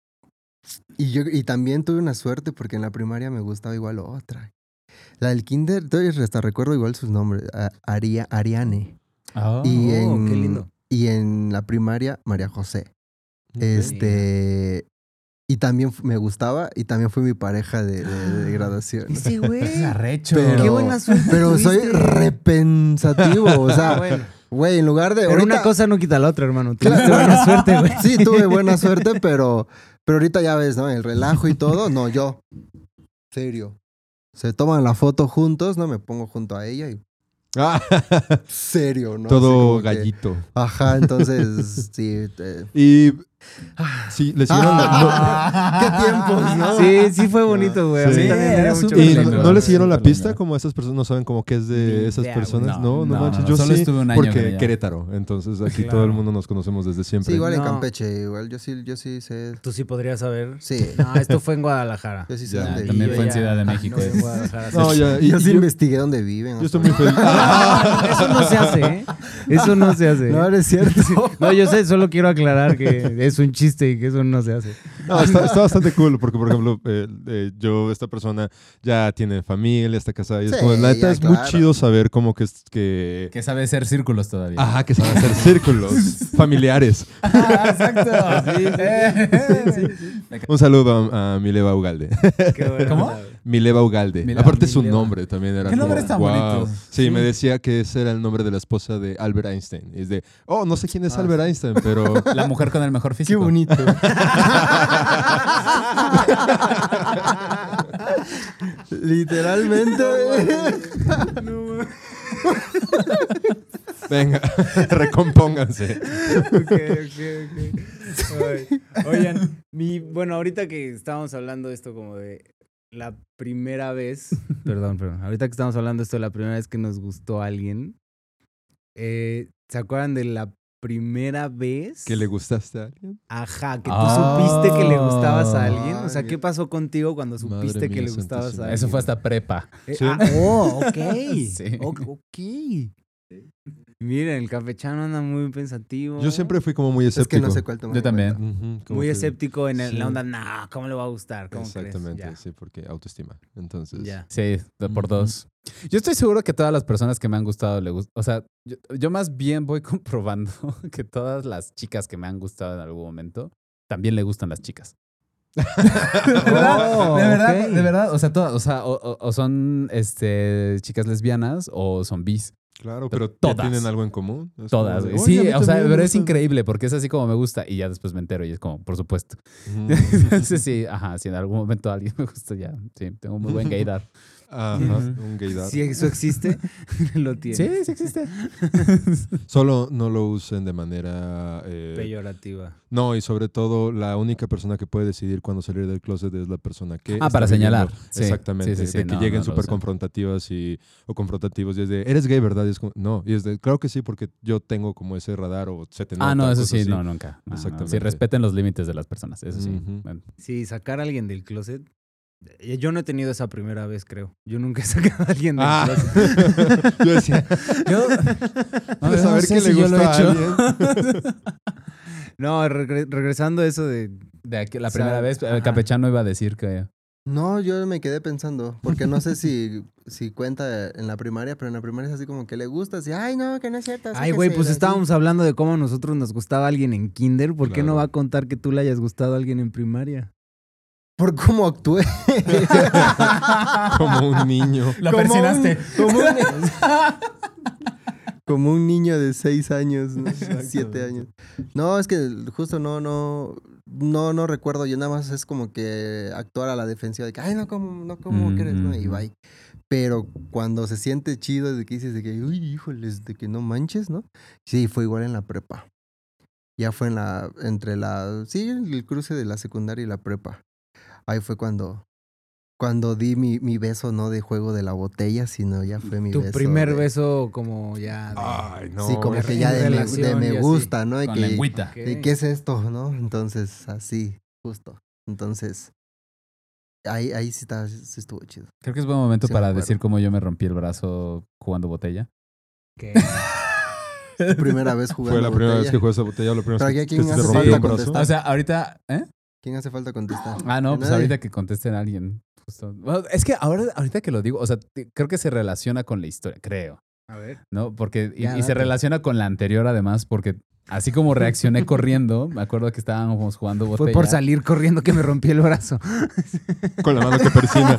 Speaker 5: y, yo, y también tuve una suerte porque en la primaria me gustaba igual otra. La del kinder, todavía hasta recuerdo igual sus nombres. a- Aria, Ariane.
Speaker 3: Ah.
Speaker 5: y
Speaker 4: oh,
Speaker 5: en,
Speaker 4: qué lindo.
Speaker 5: Y en la primaria, María José. Este... Y también fu- me gustaba y también fue mi pareja de, de- de graduación.
Speaker 4: Ese güey.
Speaker 3: Arrecho.
Speaker 5: Este Pero-
Speaker 4: Qué buena suerte.
Speaker 5: Pero soy
Speaker 4: tuviste.
Speaker 5: repensativo, o
Speaker 4: Ah,
Speaker 5: sea,
Speaker 4: bueno.
Speaker 5: güey, en lugar de...
Speaker 4: Pero
Speaker 5: ahorita-
Speaker 4: una cosa no quita la otra, hermano. Tuviste
Speaker 5: Claro.
Speaker 4: buena suerte, güey.
Speaker 5: Sí, tuve buena suerte, pero, pero ahorita ya ves, ¿no? El relajo y todo. No, yo. Serio. Se toman la foto juntos, ¿no? Me pongo junto a ella y.
Speaker 1: Ah,
Speaker 5: Serio, ¿no? Así como
Speaker 1: todo
Speaker 5: que-
Speaker 1: gallito.
Speaker 5: Ajá, entonces. Sí. eh,
Speaker 1: Y sí, le siguieron la- no-
Speaker 3: Ah,
Speaker 5: ¡Qué tiempos, no!
Speaker 4: Sí, sí fue bonito, güey. A mí
Speaker 1: Sí.
Speaker 4: también me
Speaker 3: Era
Speaker 4: dio
Speaker 3: súper
Speaker 4: mucho
Speaker 1: ¿Y
Speaker 3: Sí,
Speaker 4: gusto.
Speaker 1: no,
Speaker 3: no,
Speaker 1: no le
Speaker 3: sí,
Speaker 1: siguieron la
Speaker 3: Colombia.
Speaker 1: pista? Como esas personas no saben como qué es de
Speaker 4: Ni
Speaker 1: esas
Speaker 4: idea, güey.
Speaker 1: personas. No, no,
Speaker 3: No, no,
Speaker 1: manches.
Speaker 3: no,
Speaker 1: Yo
Speaker 3: solo
Speaker 1: sí,
Speaker 3: estuve un año en
Speaker 1: porque
Speaker 3: allá.
Speaker 1: Querétaro. Entonces aquí
Speaker 4: Claro.
Speaker 1: todo el mundo nos conocemos desde siempre.
Speaker 5: Sí, igual en
Speaker 4: No.
Speaker 5: Campeche, igual yo sí, yo sí sé.
Speaker 4: Tú sí podrías saber.
Speaker 5: Sí,
Speaker 4: No, esto fue en Guadalajara.
Speaker 5: yo sí sé
Speaker 1: Ya,
Speaker 5: dónde
Speaker 3: también
Speaker 5: viven.
Speaker 3: fue en
Speaker 4: ya-
Speaker 3: Ciudad de
Speaker 4: ah,
Speaker 3: México.
Speaker 4: no, en Guadalajara.
Speaker 1: No, ya, y-
Speaker 5: yo sí
Speaker 1: yo-
Speaker 5: investigué dónde viven.
Speaker 1: Yo estoy muy feliz.
Speaker 4: Ah, Eso no se hace, ¿eh? Eso no se hace.
Speaker 5: No,
Speaker 4: No,
Speaker 5: eres cierto.
Speaker 4: yo sé, solo quiero aclarar que es un chiste y que eso no se hace.
Speaker 1: No, está, está bastante cool porque, por ejemplo, eh, eh, yo, esta persona ya tiene familia, está casada. Y es
Speaker 5: Sí,
Speaker 1: como, la neta
Speaker 5: ya,
Speaker 1: es muy
Speaker 5: claro.
Speaker 1: chido saber como que... es- que
Speaker 3: Que sabe hacer círculos todavía.
Speaker 1: Ajá, que saben hacer círculos familiares.
Speaker 5: Ah,
Speaker 3: exacto.
Speaker 1: Un saludo a, a Mileva Ugalde.
Speaker 3: ¿Cómo?
Speaker 1: Mileva Ugalde.
Speaker 3: Mileva.
Speaker 1: Aparte su
Speaker 4: Mileva.
Speaker 1: nombre también era
Speaker 3: ¿Qué
Speaker 1: como,
Speaker 3: nombres tan
Speaker 1: "Guau".
Speaker 3: bonitos?
Speaker 1: Sí, me decía que ese era el nombre de la esposa de Albert Einstein. Es de, oh, no sé quién es
Speaker 5: Ah,
Speaker 1: Albert Einstein, pero...
Speaker 3: La mujer con el mejor
Speaker 5: Qué
Speaker 3: físico.
Speaker 5: bonito. Literalmente.
Speaker 1: Venga, recompónganse.
Speaker 4: Oigan, mi, bueno, ahorita que estábamos hablando de esto como de la primera vez. Perdón, perdón. Ahorita que estábamos hablando de esto de la primera vez que nos gustó alguien. eh, ¿Se acuerdan de la primera vez?
Speaker 1: ¿Que le gustaste a alguien?
Speaker 4: Ajá, que tú
Speaker 3: Ah.
Speaker 4: supiste que le gustabas a alguien. O sea,
Speaker 5: Ay,
Speaker 4: ¿qué pasó contigo cuando
Speaker 1: madre
Speaker 4: supiste que
Speaker 1: mía,
Speaker 4: le gustabas a
Speaker 1: santísima.
Speaker 4: alguien?
Speaker 3: Eso fue hasta prepa.
Speaker 4: Eh,
Speaker 1: Sí.
Speaker 4: ah, oh, ok.
Speaker 3: Sí.
Speaker 4: O- ok. Miren, el campechano anda muy pensativo.
Speaker 1: Yo siempre fui como muy
Speaker 5: Es que
Speaker 1: escéptico.
Speaker 5: no sé cuál tomar.
Speaker 3: Yo
Speaker 5: en
Speaker 3: también.
Speaker 5: cuenta.
Speaker 1: Ujú, como
Speaker 4: Muy
Speaker 1: que-
Speaker 4: escéptico en el-
Speaker 1: sí.
Speaker 4: la onda, no, ¿cómo le va a gustar? ¿Cómo crees?"
Speaker 1: Exactamente,
Speaker 4: Ya,
Speaker 1: sí, porque autoestima. Entonces...
Speaker 4: ya.
Speaker 3: Sí, de por
Speaker 1: Ujú.
Speaker 3: dos. Yo estoy seguro que todas las personas que me han gustado le gustan. O sea, yo, yo más bien voy comprobando que todas las chicas que me han gustado en algún momento también le gustan las chicas. de verdad,
Speaker 4: Oh,
Speaker 3: de verdad,
Speaker 4: ok.
Speaker 3: de verdad. O sea, todas, o, sea o, o- o son este, chicas lesbianas o son bis.
Speaker 1: Claro,
Speaker 3: Pero
Speaker 1: pero ya
Speaker 3: todas.
Speaker 1: tienen algo en común. Es
Speaker 3: Todas.
Speaker 1: como
Speaker 3: güey.
Speaker 1: de,
Speaker 3: Sí,
Speaker 1: "Oye, Pues, a mí
Speaker 3: o sea,
Speaker 1: también
Speaker 3: pero
Speaker 1: me
Speaker 3: es
Speaker 1: gustan".
Speaker 3: increíble porque es así como me gusta y ya después me entero y es como, por supuesto.
Speaker 1: Ujú.
Speaker 3: Entonces sí, ajá, si en algún momento alguien me gusta ya, sí, tengo muy buen gaydar.
Speaker 1: Ajá, un gaydar.
Speaker 4: Si eso existe, lo tiene.
Speaker 3: Sí, sí existe.
Speaker 1: Solo no lo usen de manera... eh,
Speaker 4: Peyorativa.
Speaker 1: no, y sobre todo la única persona que puede decidir cuándo salir del closet es la persona que...
Speaker 3: Ah,
Speaker 1: está
Speaker 3: para
Speaker 1: viviendo.
Speaker 3: señalar. Sí,
Speaker 1: Exactamente.
Speaker 3: sí, sí, sí,
Speaker 1: de que
Speaker 3: no,
Speaker 1: lleguen
Speaker 3: no lo
Speaker 1: súper
Speaker 3: usen.
Speaker 1: confrontativas y, o confrontativos. Y es de, eres gay, ¿verdad? Y es como, no. Y es de, claro que sí, porque yo tengo como ese radar o se te
Speaker 3: Ah,
Speaker 1: nota,
Speaker 3: no, eso
Speaker 1: cosas
Speaker 3: sí,
Speaker 1: así. Ah,
Speaker 3: no, nunca. No, no.
Speaker 1: Exactamente.
Speaker 3: Sí, respeten los límites de las personas, eso sí.
Speaker 1: Ujú.
Speaker 3: Bueno,
Speaker 4: Sí, sacar a alguien del closet. eh, Yo no he tenido esa primera vez, creo. Yo nunca he sacado a alguien del
Speaker 1: Ah.
Speaker 4: closet.
Speaker 1: yo decía,
Speaker 3: Yo,
Speaker 1: Ah, de
Speaker 3: yo
Speaker 1: saber
Speaker 3: sé
Speaker 1: qué
Speaker 3: si
Speaker 1: le
Speaker 3: yo
Speaker 1: gusta
Speaker 3: lo he
Speaker 1: a
Speaker 3: hecho.
Speaker 1: alguien.
Speaker 4: No, regre- regresando a eso de.
Speaker 3: De aquí- la
Speaker 4: O sea,
Speaker 3: primera vez, el
Speaker 4: ajá.
Speaker 3: capechano iba a decir que.
Speaker 5: No, yo me quedé pensando, porque no sé si, si cuenta en la primaria, pero en la primaria es así como que le gusta, así, ay, no, que no es cierto.
Speaker 4: Ay, güey, pues estábamos hablando de cómo a nosotros nos gustaba alguien en Kinder. ¿Por qué no
Speaker 1: Claro.
Speaker 4: va a contar que tú le hayas gustado a alguien en primaria?
Speaker 5: Por cómo actué.
Speaker 1: como un niño.
Speaker 3: La
Speaker 5: Como un- como, un, como un niño de seis años, ¿no? siete años. No, es que justo no, no, no, no recuerdo. Yo nada más es como que actuar a la defensiva de que, ay, no, como, no, como
Speaker 3: Mm,
Speaker 5: que eres, ¿no? y
Speaker 3: mm.
Speaker 5: bye. Pero cuando se siente chido de que dices de que, uy, híjoles, de que no manches, ¿no? Sí, fue igual en la prepa. Ya fue en la, entre la, sí, el cruce de la secundaria y la prepa. Ahí fue cuando, cuando di mi, mi beso, no de juego de la botella, sino ya fue mi
Speaker 4: tu
Speaker 5: beso.
Speaker 4: primer
Speaker 5: de-
Speaker 4: beso, como ya. de-
Speaker 1: Ay, no.
Speaker 5: sí, como
Speaker 4: de
Speaker 5: que ya de, me-
Speaker 4: relación
Speaker 5: de
Speaker 4: y
Speaker 5: me
Speaker 4: así.
Speaker 5: gusta, ¿no? Y
Speaker 3: Con
Speaker 5: que-
Speaker 3: lengüita.
Speaker 4: Ok.
Speaker 5: ¿Y qué es esto, no? Entonces, así, justo. Entonces, ahí, ahí sí, está, sí estuvo chido.
Speaker 3: Creo que es buen momento
Speaker 5: Sí, me
Speaker 3: para
Speaker 5: acuerdo.
Speaker 3: decir cómo yo me rompí el brazo jugando botella.
Speaker 4: ¿Qué?
Speaker 5: Primera vez jugando
Speaker 1: Fue la primera
Speaker 5: botella.
Speaker 1: vez que jugué esa botella, la primera
Speaker 5: Pero
Speaker 1: vez que,
Speaker 5: aquí quién
Speaker 1: que se
Speaker 5: hace
Speaker 1: te
Speaker 3: falta
Speaker 1: rompió un brazo.
Speaker 5: contestar.
Speaker 3: O sea, ahorita. ¿eh?
Speaker 5: ¿Quién hace falta contestar?
Speaker 3: Ah, no,
Speaker 5: Que
Speaker 3: pues
Speaker 5: nadie.
Speaker 3: ahorita que contesten a alguien. justo. Bueno, es que ahora, ahorita que lo digo, o sea, te- creo que se relaciona con la historia, creo,
Speaker 4: A ver.
Speaker 3: ¿no? Porque. Y,
Speaker 4: Ya,
Speaker 3: y se
Speaker 4: date.
Speaker 3: relaciona con la anterior, además, porque así como reaccioné corriendo, me acuerdo que estábamos jugando botella.
Speaker 5: Pues
Speaker 4: Fue por salir corriendo que me rompí el brazo.
Speaker 1: Con la mano que persina.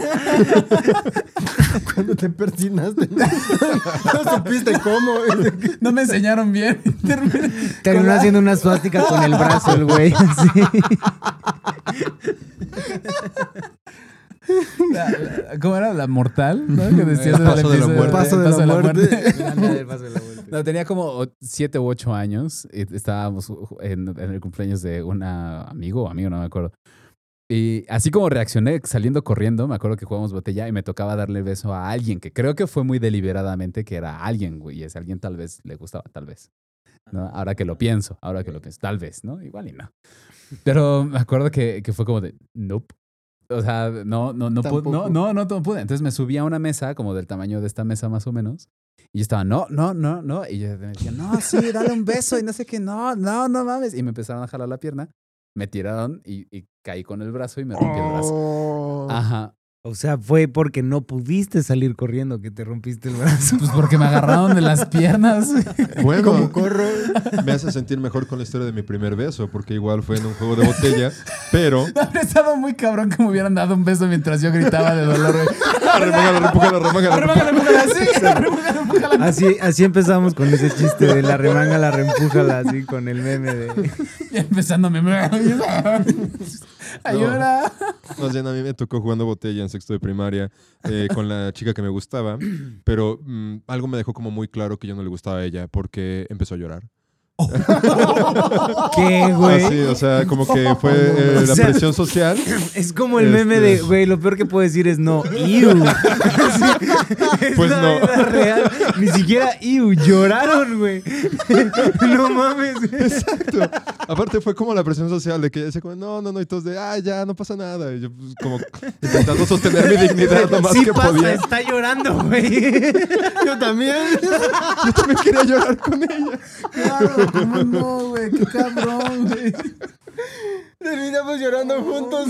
Speaker 5: Cuando te persinaste, no, no supiste cómo. güey.
Speaker 3: No me enseñaron bien. Terminé-
Speaker 4: Terminó
Speaker 3: la-
Speaker 4: haciendo una suástica con el brazo, el güey. así.
Speaker 3: La- la- ¿Cómo era? ¿La mortal? ¿no? Que decías
Speaker 1: El
Speaker 3: en el
Speaker 1: paso de la
Speaker 3: episodio
Speaker 1: muerte.
Speaker 5: Paso de la muerte.
Speaker 4: Ándale, pásale la vuelta.
Speaker 3: No, tenía como o- siete u ocho años. y estábamos ju- ju- en, en el cumpleaños de un amigo, amigo, no me acuerdo. Y así como reaccioné saliendo corriendo, me acuerdo que jugamos botella y me tocaba darle beso a alguien que creo que fue muy deliberadamente que era alguien, güey. Y ese alguien tal vez le gustaba, tal vez. ¿no? Ahora que lo pienso, ahora que lo pienso, tal vez, ¿no? Igual y no. Pero me acuerdo que, que fue como de, nope. O sea, no, no, no, pude, no,
Speaker 5: Tampoco.
Speaker 3: no, no, no pude. Entonces me subí a una mesa como del tamaño de esta mesa más o menos. Y yo estaba, no, no, no, no. Y yo me decía, no, sí, dale un beso. Y no sé qué, no, no, no mames. Y me empezaron a jalar la pierna. Me tiraron y, y caí con el brazo y me rompí el brazo. Ajá.
Speaker 4: O sea, fue porque no pudiste salir corriendo que te rompiste el brazo.
Speaker 3: Pues porque me agarraron de las piernas.
Speaker 1: Bueno,
Speaker 5: Como corro.
Speaker 1: me hace sentir mejor con la historia de mi primer beso, porque igual fue en un juego de botella, pero...
Speaker 3: Estaba muy cabrón que me hubieran dado un beso mientras yo gritaba de dolor. güey.
Speaker 1: Arremanga, repújala, arremanga,
Speaker 3: Arremanga,
Speaker 1: arremanga.
Speaker 3: arremanga, sí, arremanga, arremanga.
Speaker 4: Así, así empezamos con ese chiste de la remanga, la reempújala, así con el meme de.
Speaker 3: Y empezando a memear. Ayuda.
Speaker 1: Más bien a mí me tocó jugando botella en sexto de primaria eh, con la chica que me gustaba, pero mm, algo me dejó como muy claro que yo no le gustaba a ella porque empezó a llorar.
Speaker 4: ¿Qué, güey?
Speaker 1: Así, Ah, o sea, como que fue eh,
Speaker 4: O
Speaker 1: la
Speaker 4: sea-
Speaker 1: presión social.
Speaker 4: Es como el meme
Speaker 1: Este-
Speaker 4: de, güey, lo peor que puedo decir es no, iu.
Speaker 1: Pues no.
Speaker 4: real. Ni siquiera iu, lloraron, güey. no mames.
Speaker 1: Exacto. Aparte fue como la presión social de que ella se como, no, no, no, y todos de, ah, ya, no pasa nada. Y yo pues, como intentando sostener mi dignidad lo más
Speaker 4: sí
Speaker 1: que
Speaker 4: pasa,
Speaker 1: podía.
Speaker 4: está llorando, güey.
Speaker 5: Yo también.
Speaker 1: Yo también quería llorar con ella.
Speaker 3: Claro, ¿cómo no, güey? Qué cabrón, güey.
Speaker 5: Terminamos llorando juntos.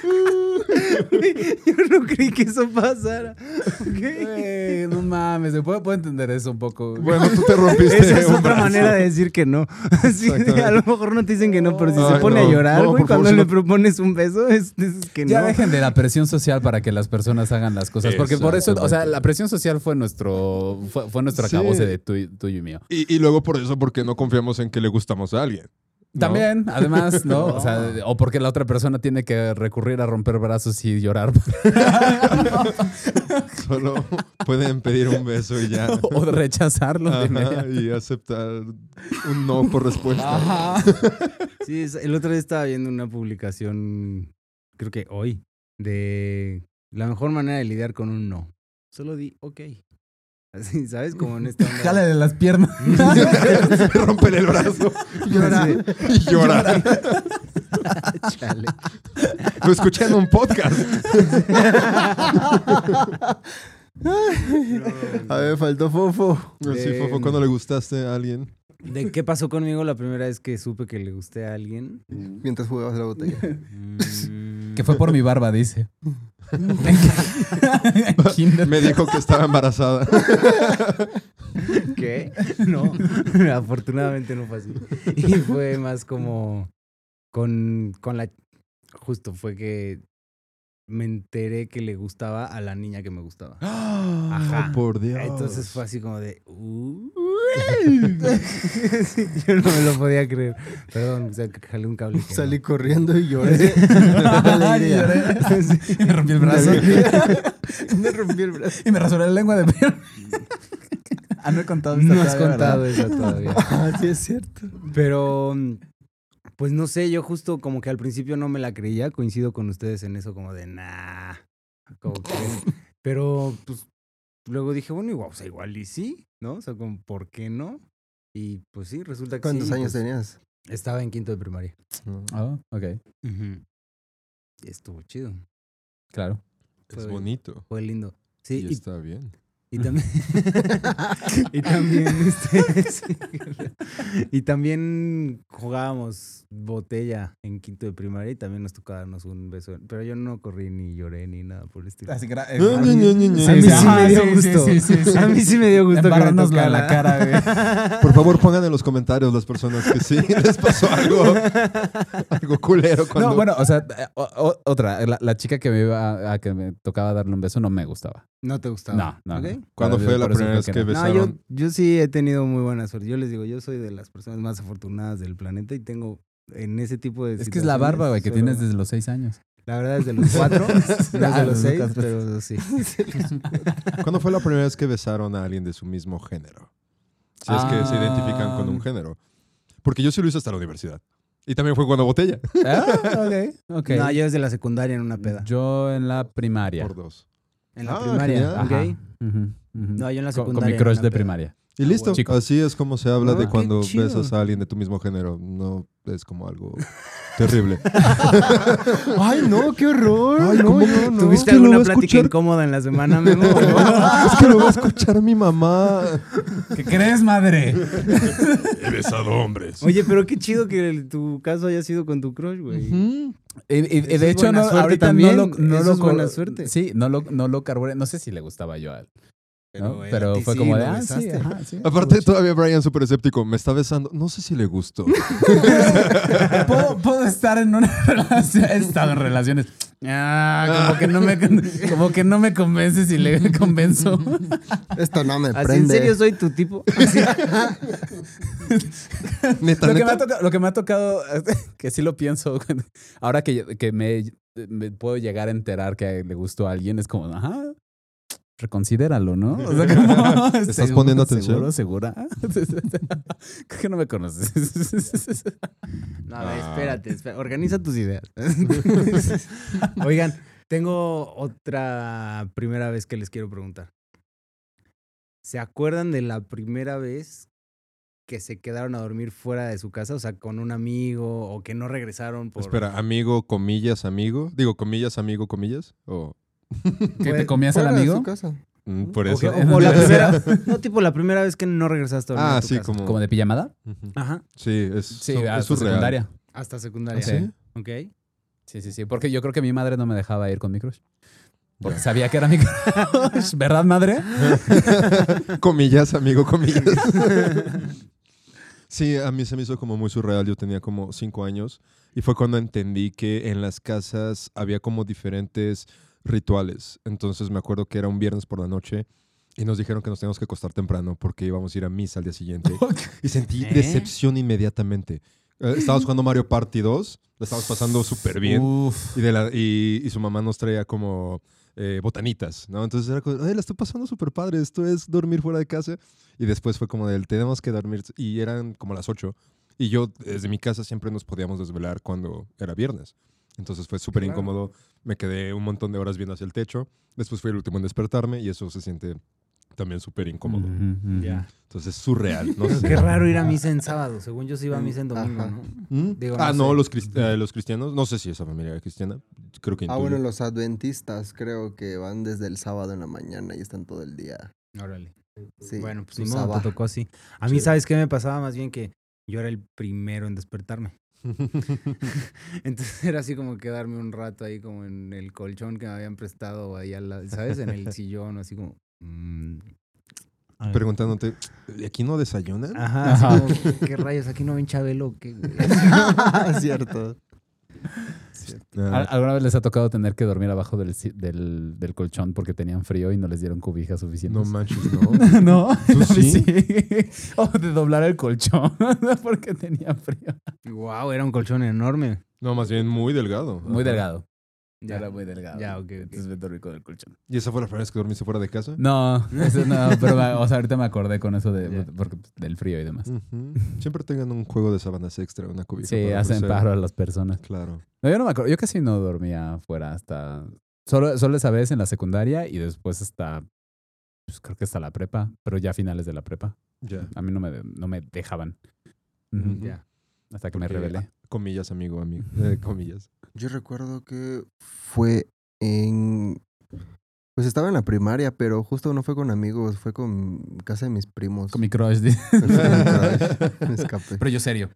Speaker 4: Yo no creí que eso pasara. Ok.
Speaker 3: Güey, No mames, se puede, puedo entender eso un poco. güey.
Speaker 1: Bueno, tú te rompiste
Speaker 4: Esa es
Speaker 1: un
Speaker 4: otra
Speaker 1: brazo.
Speaker 4: manera de decir que no. Así de,
Speaker 1: Exactamente.
Speaker 4: a lo mejor no te dicen que no, pero si se
Speaker 1: Ay,
Speaker 4: pone
Speaker 1: no.
Speaker 4: a llorar,
Speaker 1: No,
Speaker 4: güey,
Speaker 1: por favor,
Speaker 4: cuando
Speaker 1: si
Speaker 4: le
Speaker 1: no-
Speaker 4: propones un beso, es, es que
Speaker 3: Ya
Speaker 4: no.
Speaker 3: dejen de la presión social para que las personas hagan las cosas. Porque por eso, o sea,
Speaker 1: Exactamente.
Speaker 3: la presión social fue nuestro, fue, fue nuestro
Speaker 1: Sí.
Speaker 3: acabose de tu- tuyo y mío.
Speaker 1: Y, y luego por eso, porque no confiamos en que le gustamos a alguien.
Speaker 3: También, además, ¿no? O sea, o porque la otra persona tiene que recurrir a romper brazos y llorar.
Speaker 1: Solo pueden pedir un beso y ya.
Speaker 3: o rechazarlo. de
Speaker 1: Ajá,
Speaker 3: inmediato.
Speaker 1: y aceptar un no por respuesta.
Speaker 4: Sí, es- el otro día estaba viendo una publicación, creo que hoy, de la mejor manera de lidiar con un no. Solo di, ok. Así, ¿sabes? Como en esta onda.
Speaker 3: de las piernas.
Speaker 1: Romper el brazo
Speaker 4: Llora.
Speaker 1: y llorar.
Speaker 4: Chale.
Speaker 1: Lo escuché en un podcast.
Speaker 5: A ver, faltó fofo.
Speaker 1: Sí,
Speaker 4: Ven.
Speaker 1: Fofo, cuando le gustaste a alguien.
Speaker 4: ¿De qué pasó conmigo la primera vez que supe que le gusté a alguien?
Speaker 5: Mientras jugabas la botella.
Speaker 4: Mm,
Speaker 3: Que fue por mi barba, dice. En kinder.
Speaker 1: Me dijo que estaba embarazada.
Speaker 4: ¿Qué? No, afortunadamente no fue así. Y fue más como con, con la... Justo fue que me enteré que le gustaba a la niña que me gustaba.
Speaker 1: Ajá. por Dios.
Speaker 4: Entonces fue así como de... "Uh". Sí, Yo no me lo podía creer. Perdón, o sea, que jalé un cable. que
Speaker 5: Salí
Speaker 4: no.
Speaker 5: corriendo y lloré.
Speaker 3: Ay, lloré. Me rompí el brazo.
Speaker 5: Me rompí el brazo.
Speaker 3: y me rasuré la lengua de perro. ah, no he contado esta
Speaker 4: No has
Speaker 3: todavía, ¿verdad?
Speaker 4: contado eso todavía.
Speaker 5: Ah, sí, es cierto.
Speaker 4: Pero, mm, pues no sé, yo justo como que al principio no me la creía, coincido con ustedes en eso, como de nah. como que- pero, pues, luego dije, bueno, igual, o sea, igual y sí, ¿no? O sea, como, ¿por qué no? Y pues sí, resulta que
Speaker 5: ¿Cuántos
Speaker 4: sí,
Speaker 5: años
Speaker 4: pues,
Speaker 5: tenías?
Speaker 4: Estaba en quinto de primaria.
Speaker 3: Ah, ok.
Speaker 4: Y Estuvo chido,
Speaker 3: Claro.
Speaker 1: Es
Speaker 4: fue-
Speaker 1: bonito.
Speaker 4: fue lindo. Sí,
Speaker 1: Y
Speaker 4: y-
Speaker 1: está bien.
Speaker 4: Y también. y también, este, sí, y también jugábamos botella en quinto de primaria y también nos tocaba darnos un beso. Pero yo no corrí ni lloré ni nada por el estilo.
Speaker 3: que era-
Speaker 1: No, no, no, no, no.
Speaker 3: Sí,
Speaker 4: a mí sí,
Speaker 3: ajá,
Speaker 4: me dio
Speaker 3: sí,
Speaker 4: gusto.
Speaker 3: sí, sí, sí, sí.
Speaker 4: A mí sí me dio gusto. que me
Speaker 3: Embarrarnos la, la
Speaker 4: tocara.
Speaker 3: cara, güey.
Speaker 1: Por favor, pongan en los comentarios las personas que sí les pasó algo, algo culero cuando
Speaker 3: No, bueno, o sea, eh, o- o- otra. La, la chica que me iba a, a que me tocaba darle un beso no me gustaba.
Speaker 4: No te gustaba.
Speaker 3: No, no.
Speaker 4: ¿ok?
Speaker 3: no.
Speaker 1: Ah, ¿Cuándo
Speaker 3: Por-
Speaker 1: fue la
Speaker 3: por eso
Speaker 1: primera vez
Speaker 3: creo
Speaker 1: que
Speaker 3: no.
Speaker 4: No, yo,
Speaker 1: besaron?
Speaker 4: yo sí he tenido muy buena suerte. Yo les digo, yo soy de las personas más afortunadas del planeta y tengo en ese tipo de
Speaker 3: Es que es la barba, güey, que
Speaker 4: situaciones
Speaker 3: tienes desde los seis años.
Speaker 4: La verdad es de los cuatro, no es
Speaker 3: Ah,
Speaker 4: de los
Speaker 3: los
Speaker 4: seis,
Speaker 3: cuatro.
Speaker 4: pero sí.
Speaker 1: ¿Cuándo fue la primera vez que besaron a alguien de su mismo género? Si es que se
Speaker 3: Ah.
Speaker 1: identifican con un género. Porque yo sí lo hice hasta la universidad. Y también fue cuando botella.
Speaker 3: Ah, ok. ok.
Speaker 4: No, yo desde la secundaria en una peda.
Speaker 3: Yo en la primaria.
Speaker 1: Por dos.
Speaker 4: En la
Speaker 1: Ah,
Speaker 4: primaria,
Speaker 1: genial.
Speaker 4: ¿ok?
Speaker 3: Ajá. Ujú, ujú.
Speaker 4: No, yo en la
Speaker 3: Con-
Speaker 4: secundaria.
Speaker 3: Con mi
Speaker 4: en
Speaker 3: crush
Speaker 4: una
Speaker 3: de
Speaker 4: peda.
Speaker 3: primaria.
Speaker 1: Y listo.
Speaker 3: bueno. Chico.
Speaker 1: Así es como se habla
Speaker 4: Ah,
Speaker 1: de
Speaker 4: qué
Speaker 1: cuando
Speaker 4: chido.
Speaker 1: besas a alguien de tu mismo género. No es como algo terrible.
Speaker 5: Ay, no, qué horror.
Speaker 1: Ay,
Speaker 5: no,
Speaker 1: ¿cómo
Speaker 5: yo
Speaker 1: no? Es
Speaker 4: ¿Tuviste
Speaker 1: que lo
Speaker 4: alguna
Speaker 1: va a
Speaker 4: plática
Speaker 1: escuchar-
Speaker 4: incómoda en la semana, Memo?
Speaker 1: es que lo va a escuchar mi mamá.
Speaker 3: ¿Qué crees, madre?
Speaker 1: He besado hombres.
Speaker 4: Oye, pero qué chido que el- tu caso haya sido con tu crush, güey.
Speaker 3: Y, y- y
Speaker 4: Eso
Speaker 3: de
Speaker 4: es
Speaker 3: hecho,
Speaker 4: buena
Speaker 3: no,
Speaker 4: suerte
Speaker 3: ahorita
Speaker 4: también.
Speaker 3: no lo, no
Speaker 4: Eso
Speaker 3: lo
Speaker 4: es
Speaker 3: cor-
Speaker 4: buena suerte.
Speaker 3: Sí, no lo, no lo carburé. No sé si le gustaba yo a él. ¿no?
Speaker 4: Pero, eh, a
Speaker 3: Pero
Speaker 4: ti
Speaker 3: fue
Speaker 4: sí,
Speaker 3: como de.
Speaker 4: lo
Speaker 3: Ah, sí,
Speaker 4: besaste".
Speaker 3: ajá, sí.
Speaker 1: Aparte, todavía Brian súper escéptico. Me está besando. No sé si le gustó.
Speaker 3: ¿Puedo, puedo estar en una relación. He estado en relaciones. Ah, como que no me, como que no me convences y le convenzo.
Speaker 5: Esto no me
Speaker 4: ¿Así en
Speaker 5: prende.
Speaker 4: serio soy tu tipo? Así-
Speaker 3: Lo que, me ha tocado, lo que me ha tocado, que sí lo pienso, ahora que, que me, me puedo llegar a enterar que le gustó a alguien, es como, ajá, reconsidéralo, ¿no? O sea, como,
Speaker 1: ¿Estás poniendo atención?
Speaker 3: ¿Seguro, segura? Creo que no me conoces.
Speaker 4: No, a ver,
Speaker 1: Ah.
Speaker 4: espérate, espérate. Organiza tus ideas. Oigan, tengo otra primera vez que les quiero preguntar. ¿Se acuerdan de la primera vez que se quedaron a dormir fuera de su casa? O sea, con un amigo o que no regresaron por...
Speaker 1: Espera, amigo, comillas, amigo. Digo, comillas, amigo, comillas. O
Speaker 3: ¿Que te
Speaker 4: Pues,
Speaker 3: comías al
Speaker 5: Fuera de su
Speaker 3: amigo?
Speaker 5: casa.
Speaker 1: Mm, por
Speaker 4: O, que-
Speaker 1: eso.
Speaker 4: o- o la primera... No, tipo, la primera vez que no regresaste a dormir
Speaker 1: Ah,
Speaker 4: a tu
Speaker 1: sí,
Speaker 4: casa.
Speaker 1: como.
Speaker 3: ¿Como de pijamada?
Speaker 1: Ujú.
Speaker 4: Ajá,
Speaker 1: Sí, es,
Speaker 3: Sí,
Speaker 1: so-
Speaker 3: a
Speaker 1: es
Speaker 3: su
Speaker 1: surreal.
Speaker 3: secundaria.
Speaker 4: hasta secundaria.
Speaker 3: Sí.
Speaker 4: ¿Ok?
Speaker 3: Sí, sí, sí, porque yo creo que mi madre no me dejaba ir con mi crush. Porque sabía que era mi crush, ¿verdad, madre?
Speaker 1: comillas, amigo, comillas. sí, a mí se me hizo como muy surreal. Yo tenía como cinco años y fue cuando entendí que en las casas había como diferentes rituales. Entonces me acuerdo que era un viernes por la noche y nos dijeron que nos teníamos que acostar temprano porque íbamos a ir a misa al día siguiente. y sentí
Speaker 4: ¿Eh?
Speaker 1: decepción inmediatamente. Eh, estábamos jugando Mario Party 2, la estábamos pasando súper bien.
Speaker 3: Uf.
Speaker 1: Y, de la, y, y su mamá nos traía como eh, botanitas, ¿no? Entonces era como, ay, la estoy pasando súper padre, esto es dormir fuera de casa. Y después fue como del, tenemos que dormir. Y eran como las 8. Y yo desde mi casa siempre nos podíamos desvelar cuando era viernes. Entonces fue súper
Speaker 4: Claro.
Speaker 1: incómodo. Me quedé un montón de horas viendo hacia el techo. Después fui el último en despertarme y eso se siente también súper incómodo.
Speaker 3: Ujú, ujú.
Speaker 4: Ya.
Speaker 1: Entonces es surreal, no sé.
Speaker 4: Qué raro ir a misa en sábado. Según yo sí iba a misa en domingo,
Speaker 5: Ajá.
Speaker 4: ¿no?
Speaker 1: ¿Mm?
Speaker 4: Digo,
Speaker 1: ah,
Speaker 4: no
Speaker 1: no,
Speaker 4: sé.
Speaker 1: los, crist- eh, los cristianos, no sé si esa familia era cristiana, creo que
Speaker 5: Ah,
Speaker 1: intuyo.
Speaker 5: bueno, los adventistas creo que van desde el sábado en la mañana y están todo el día.
Speaker 4: Órale.
Speaker 5: Sí,
Speaker 4: bueno, pues
Speaker 5: su
Speaker 4: ni modo,
Speaker 5: sabá.
Speaker 4: te tocó así. A mí, ¿sabes qué me pasaba? Más bien que yo era el primero en despertarme. Entonces era así como quedarme un rato ahí como en el colchón que me habían prestado o ahí al lado, ¿sabes? En el sillón, así como... mm.
Speaker 1: Preguntándote, ¿y aquí no desayunan?
Speaker 4: Ajá, así como, ¿qué rayos? ¿Aquí no ven Chabelo? o ¿Qué? güey?"
Speaker 5: Cierto.
Speaker 3: ¿Al-
Speaker 1: Ah,
Speaker 3: ¿Alguna vez les ha tocado tener que dormir abajo del, si- del, del colchón porque tenían frío y no les dieron cobijas
Speaker 1: no
Speaker 3: suficientes?
Speaker 1: manches, no.
Speaker 3: no,
Speaker 1: ¿Tú
Speaker 3: A mí
Speaker 1: sí?
Speaker 3: O de doblar el colchón porque tenía frío.
Speaker 4: Wow, era un colchón enorme.
Speaker 1: No, más bien muy delgado.
Speaker 3: Muy
Speaker 1: Ajá.
Speaker 3: delgado.
Speaker 4: Ya.
Speaker 3: Era muy delgado.
Speaker 4: Ya, ok, ok.
Speaker 3: Entonces me dormí con el colchón.
Speaker 1: ¿Y esa fue la primera vez que dormiste fuera de casa?
Speaker 3: No, eso no, pero me- o sea, ahorita me acordé con eso de,
Speaker 4: Ya.
Speaker 3: porque, pues, del frío y demás.
Speaker 1: Ujú. Siempre tengan un juego de sábanas extra, una cobija.
Speaker 3: Sí,
Speaker 1: para
Speaker 3: hacen
Speaker 1: ofrecer.
Speaker 3: paro a las personas.
Speaker 1: Claro.
Speaker 3: No, yo no me acuerdo. Yo casi no dormía afuera hasta. Solo, solo esa vez en la secundaria y después hasta. Pues creo que hasta la prepa, pero ya a finales de la prepa.
Speaker 1: Ya.
Speaker 3: A mí no me, no me dejaban. Ujú.
Speaker 1: Ujú.
Speaker 4: Ya.
Speaker 3: Hasta que me
Speaker 1: Porque- ah,
Speaker 3: rebelé.
Speaker 1: Comillas, amigo, amigo. Eh, comillas.
Speaker 5: Yo recuerdo que fue en... Pues estaba en la primaria, pero justo no fue con amigos, fue con casa de mis primos.
Speaker 3: Con mi crush. di-
Speaker 5: Me escapé.
Speaker 3: Pero yo serio.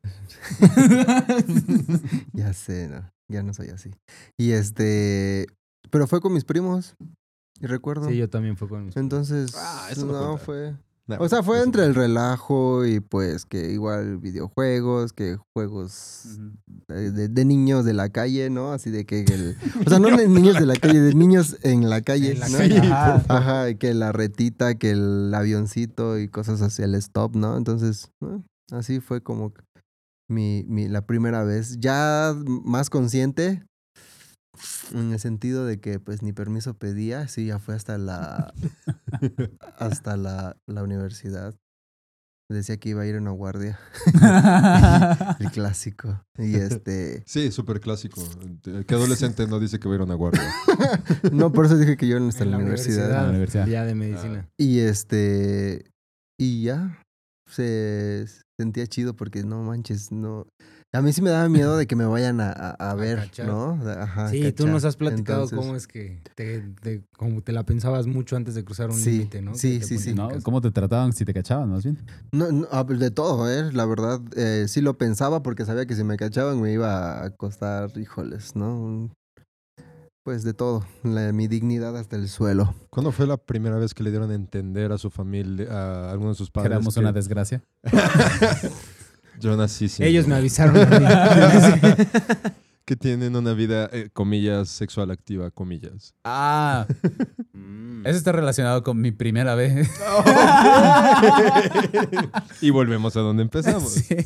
Speaker 5: Ya sé, no, ya no soy así. Y este, pero fue con mis primos, y recuerdo.
Speaker 4: Sí, yo también fue con mis...
Speaker 5: Entonces,
Speaker 1: Ah, eso no
Speaker 5: no,
Speaker 1: cuenta.
Speaker 5: fue.
Speaker 1: Nah,
Speaker 5: O sea, fue
Speaker 1: eso-
Speaker 5: entre el relajo y pues que igual videojuegos, que juegos eh, de, de niños de la calle, ¿no? Así de que el, o sea, no de niños de la calle, de niños en la calle,
Speaker 4: En la
Speaker 5: ¿no?
Speaker 4: calle, ajá.
Speaker 5: Ajá, y que la retita, que el avioncito y cosas así, el stop, ¿no? Entonces, ¿no? así fue como mi, mi, la primera vez. Ya más consciente, en el sentido de que pues ni permiso pedía, sí, ya fue hasta la, hasta la, la universidad. Decía que iba a ir a una guardia, el clásico. Y este...
Speaker 1: Sí, súper clásico. Que adolescente no dice que va a ir a una guardia.
Speaker 5: No, por eso dije que yo hasta la universidad. Ah,
Speaker 3: En la universidad.
Speaker 4: Ya de medicina.
Speaker 5: Y este. Y ya. Se sentía chido porque no manches, no. A mí sí me daba miedo de que me vayan a, a- a ver,
Speaker 4: cachar.
Speaker 5: ¿no? Ajá, a
Speaker 4: sí, tú nos
Speaker 5: Ah, cachar.
Speaker 4: has platicado
Speaker 5: Entonces,
Speaker 4: cómo es que te, te- como te la pensabas mucho antes de cruzar un
Speaker 5: Sí,
Speaker 4: límite, ¿no? Que
Speaker 5: sí,
Speaker 4: te
Speaker 5: sí, sí.
Speaker 3: ¿No?
Speaker 4: ponían
Speaker 3: ¿Cómo te trataban si te cachaban más bien?
Speaker 5: No, no, ah, de todo, ¿eh? La verdad, eh, sí lo pensaba porque sabía que si me cachaban me iba a costar, híjoles, ¿no? Un- Pues de todo. la- mi dignidad hasta el suelo.
Speaker 1: ¿Cuándo fue la primera vez que le dieron a entender a su familia, a alguno de sus
Speaker 3: Que
Speaker 1: padres?
Speaker 3: éramos
Speaker 1: que-
Speaker 3: una desgracia.
Speaker 1: Yo nací sin-
Speaker 4: Ellos me avisaron. a mí.
Speaker 1: Que tienen una vida, eh, comillas, sexual activa, comillas.
Speaker 3: Ah, eso está relacionado con mi primera vez.
Speaker 1: y volvemos a donde empezamos.
Speaker 3: Sí.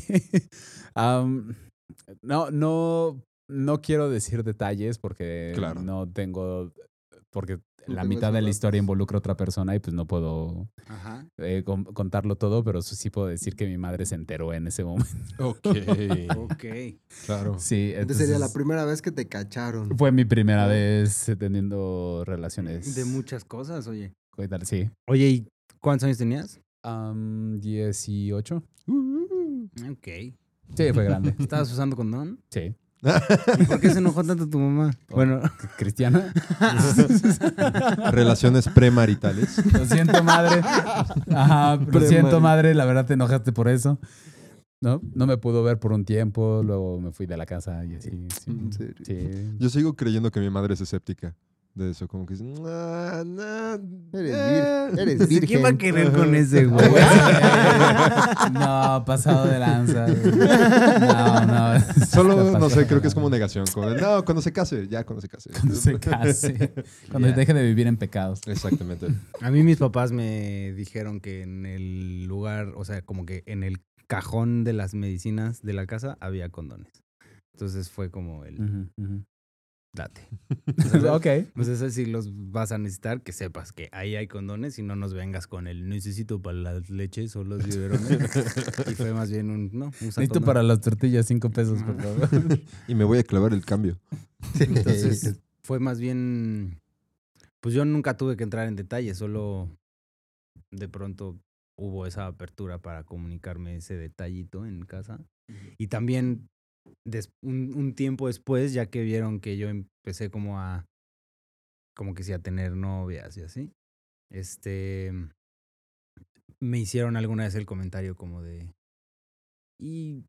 Speaker 3: Am, no, no, no quiero decir detalles porque
Speaker 1: Claro.
Speaker 3: no tengo, porque la
Speaker 5: tengo
Speaker 3: mitad
Speaker 5: esos
Speaker 3: de la
Speaker 5: datos.
Speaker 3: historia involucra a otra persona y pues no puedo
Speaker 4: Ajá.
Speaker 3: eh, con- contarlo todo, pero sí sí puedo decir que mi madre se enteró en ese momento.
Speaker 1: Ok,
Speaker 4: Ok.
Speaker 1: claro.
Speaker 3: Sí,
Speaker 5: Entonces
Speaker 3: entonces,
Speaker 5: sería la primera vez que te cacharon.
Speaker 3: fue mi primera vez teniendo relaciones.
Speaker 4: De muchas cosas, oye.
Speaker 3: coitales, Sí.
Speaker 4: Oye, ¿y cuántos años tenías?
Speaker 3: Am, 18.
Speaker 4: Ok.
Speaker 3: Sí, fue grande.
Speaker 4: ¿Estabas usando condón?
Speaker 3: Sí.
Speaker 4: ¿Y por qué se enojó tanto tu mamá? Bueno,
Speaker 3: Cristiana.
Speaker 1: Relaciones premaritales.
Speaker 3: Lo siento, madre. Ajá, lo
Speaker 5: Pre-
Speaker 3: siento,
Speaker 5: madre.
Speaker 3: madre. La verdad te enojaste por eso. No, no me pudo ver por un tiempo. Luego me fui de la casa y así. Sí.
Speaker 1: Mm,
Speaker 5: ¿En serio?
Speaker 3: Sí.
Speaker 1: Yo sigo creyendo que mi madre es escéptica de eso. Como que dice, "Nah, nah, eh".
Speaker 5: Eres, vir- eres virgen.
Speaker 4: ¿quién va a querer con ese, güey?
Speaker 3: No, pasado de lanza. No, no.
Speaker 1: Solo, no sé, creo que es como negación. como de, no, cuando se case, ya cuando se case.
Speaker 3: Cuando se case. Cuando
Speaker 1: Ya.
Speaker 3: deje de vivir en pecados.
Speaker 1: Exactamente.
Speaker 4: A mí mis papás me dijeron que en el lugar, o sea, como que en el cajón de las medicinas de la casa había condones. Entonces fue como el date.
Speaker 3: Mm. ok.
Speaker 4: Pues eso si los vas a necesitar, que sepas que ahí hay condones y no nos vengas con el necesito para las leches o los biberones. y fue más bien un no, usa
Speaker 3: Necesito
Speaker 4: condón.
Speaker 3: para las tortillas cinco pesos, por favor.
Speaker 1: Y me voy a clavar el cambio.
Speaker 4: Entonces fue más bien pues yo nunca tuve que entrar en detalle, solo de pronto hubo esa apertura para comunicarme ese detallito en casa. Y también des- un, un tiempo después, ya que vieron que yo empecé como a como que sí a tener novias y así. Este me hicieron alguna vez el comentario como de y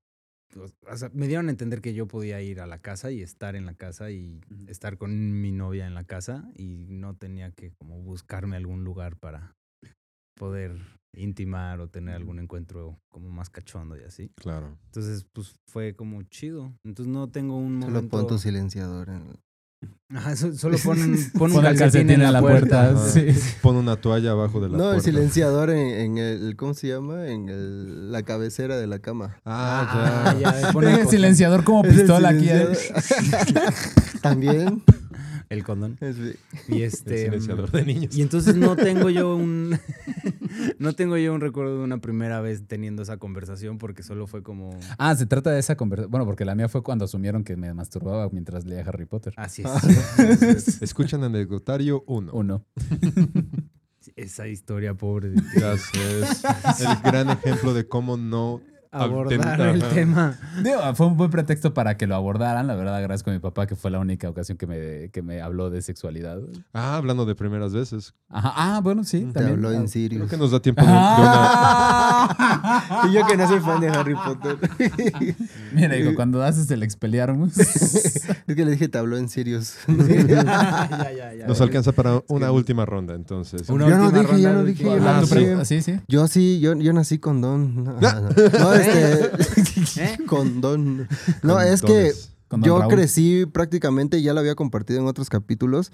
Speaker 4: pues, o sea, me dieron a entender que yo podía ir a la casa y estar en la casa y estar con mi novia en la casa y no tenía que como buscarme algún lugar para poder intimar o tener algún encuentro como más cachondo y así.
Speaker 1: Claro.
Speaker 4: Entonces, pues fue como chido. Entonces no tengo un momento...
Speaker 5: Solo pon tu silenciador. en-
Speaker 4: Ajá, so- solo pon, un- pon un
Speaker 3: Pon el calcetín en la puerta.
Speaker 1: puerta.
Speaker 3: sí.
Speaker 1: Pon una toalla abajo de la
Speaker 5: No, el
Speaker 1: puerta.
Speaker 5: silenciador en, en el. ¿Cómo se llama? En el- la cabecera de la cama.
Speaker 1: Ah, ya.
Speaker 4: ya, pon
Speaker 3: Pon el
Speaker 4: condón.
Speaker 3: silenciador como
Speaker 5: Es el
Speaker 3: pistola aquí. ¿eh?
Speaker 5: silenciador. También.
Speaker 4: El condón.
Speaker 5: Es-
Speaker 4: Y
Speaker 1: El
Speaker 4: este...
Speaker 1: silenciador de niños.
Speaker 4: Y entonces no tengo yo un no tengo yo un recuerdo de una primera vez teniendo esa conversación porque solo fue como
Speaker 3: Ah, se trata de esa conversación. Bueno, porque la mía fue cuando asumieron que me masturbaba mientras leía Harry Potter.
Speaker 4: así
Speaker 5: Ah.
Speaker 4: es.
Speaker 1: Escuchan anecdotario 1.
Speaker 3: Uno.
Speaker 4: Esa historia pobre de
Speaker 1: Gracias. El gran ejemplo de cómo no
Speaker 4: abordar
Speaker 1: Abordar,
Speaker 4: el
Speaker 1: ajá.
Speaker 4: tema.
Speaker 3: Digo, fue un buen pretexto para que lo abordaran. La verdad, agradezco a mi papá que fue la única ocasión que me, que me habló de sexualidad.
Speaker 1: Ah, hablando de primeras veces.
Speaker 3: Ajá. Ah, bueno, sí.
Speaker 5: Te
Speaker 3: también.
Speaker 5: habló
Speaker 3: Ah.
Speaker 5: en serio.
Speaker 1: Creo que nos da tiempo de, de una.
Speaker 3: Ah.
Speaker 5: Y yo que no soy fan de Harry Potter.
Speaker 3: Mira, digo, cuando haces el expelliarmus.
Speaker 5: es que le dije, te habló en serios.
Speaker 4: Ah, ya, ya, ya.
Speaker 1: Nos alcanza para una última ronda, entonces.
Speaker 4: Una
Speaker 5: Yo no
Speaker 4: última
Speaker 5: dije,
Speaker 4: ronda,
Speaker 5: yo no
Speaker 4: la
Speaker 5: dije,
Speaker 4: última
Speaker 5: yo
Speaker 3: Ah,
Speaker 5: no
Speaker 3: tu
Speaker 4: ronda.
Speaker 5: dije.
Speaker 3: pre- sí, sí.
Speaker 5: Yo sí, yo, yo nací con don. No, no, no, este,
Speaker 4: ¿Eh?
Speaker 5: con don. No, es que
Speaker 1: Condones.
Speaker 3: Con don
Speaker 5: yo
Speaker 3: Raúl.
Speaker 5: crecí prácticamente, ya lo había compartido en otros capítulos,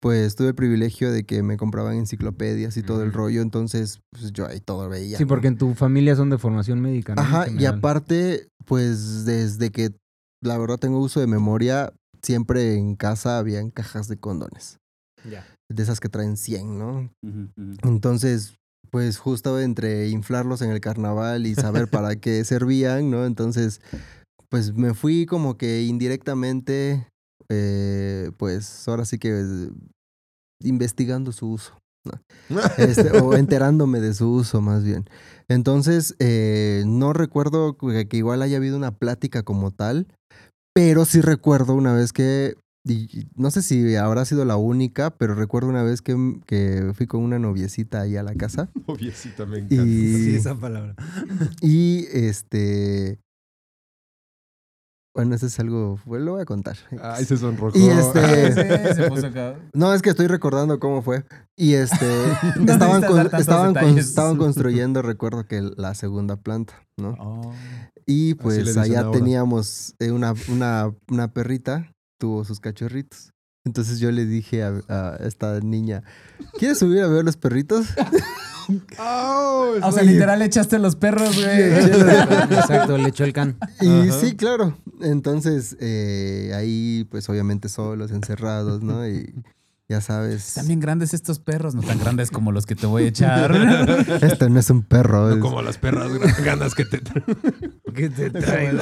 Speaker 5: pues tuve el privilegio de que me compraban enciclopedias y todo el
Speaker 4: Ujú.
Speaker 5: rollo, entonces pues, yo ahí todo veía.
Speaker 4: Sí,
Speaker 5: ¿no?
Speaker 4: porque en tu familia son de formación médica, ¿no?
Speaker 5: Ajá,
Speaker 4: En
Speaker 5: y
Speaker 4: general.
Speaker 5: aparte, pues desde que la verdad tengo uso de memoria, siempre en casa habían cajas de condones.
Speaker 4: Ya.
Speaker 5: De esas que traen 100, ¿no? Entonces, pues justo entre inflarlos en el carnaval y saber para qué servían, ¿no? Entonces, pues me fui como que indirectamente, eh, pues ahora sí que eh, investigando su uso. ¿no? Este, o enterándome de su uso más bien. Entonces, eh, no recuerdo que, que igual haya habido una plática como tal, pero sí recuerdo una vez que, y- y no sé si habrá sido la única, pero recuerdo una vez que, que fui con una noviecita ahí a la casa
Speaker 1: Obviecita, me encanta.
Speaker 4: Sí,
Speaker 5: y,
Speaker 4: esa palabra.
Speaker 5: y este... Bueno, eso es algo, bueno, lo voy a contar. Este,
Speaker 1: Ay, se sonrojó.
Speaker 5: Y
Speaker 3: Sí,
Speaker 5: este...
Speaker 3: se puso acá.
Speaker 5: No, es que estoy recordando cómo fue. Y este,
Speaker 3: No necesitas
Speaker 5: estaban, con-
Speaker 3: dar tantos
Speaker 5: estaban, con-
Speaker 3: detalles.
Speaker 5: estaban construyendo, recuerdo que la segunda planta, ¿no?
Speaker 3: Oh.
Speaker 5: Y
Speaker 1: le
Speaker 5: pues
Speaker 1: dicen
Speaker 5: allá
Speaker 1: ahora.
Speaker 5: teníamos eh, una, una, una perrita, tuvo sus cachorritos. Entonces yo le dije a, a esta niña, ¿quieres subir a ver los perritos?
Speaker 1: Oh,
Speaker 3: O sea,
Speaker 1: sí.
Speaker 3: literal echaste los perros, güey.
Speaker 4: Exacto, le echó el can.
Speaker 5: Y
Speaker 1: Ajá.
Speaker 5: sí, claro. Entonces eh, ahí pues obviamente solos, encerrados, ¿no? Y ya sabes,
Speaker 3: Están bien grandes estos perros, no tan grandes como los que te voy a echar.
Speaker 5: este no es un perro. es-
Speaker 1: Como las perras gran- ganas que te
Speaker 4: ¿Qué te traigo?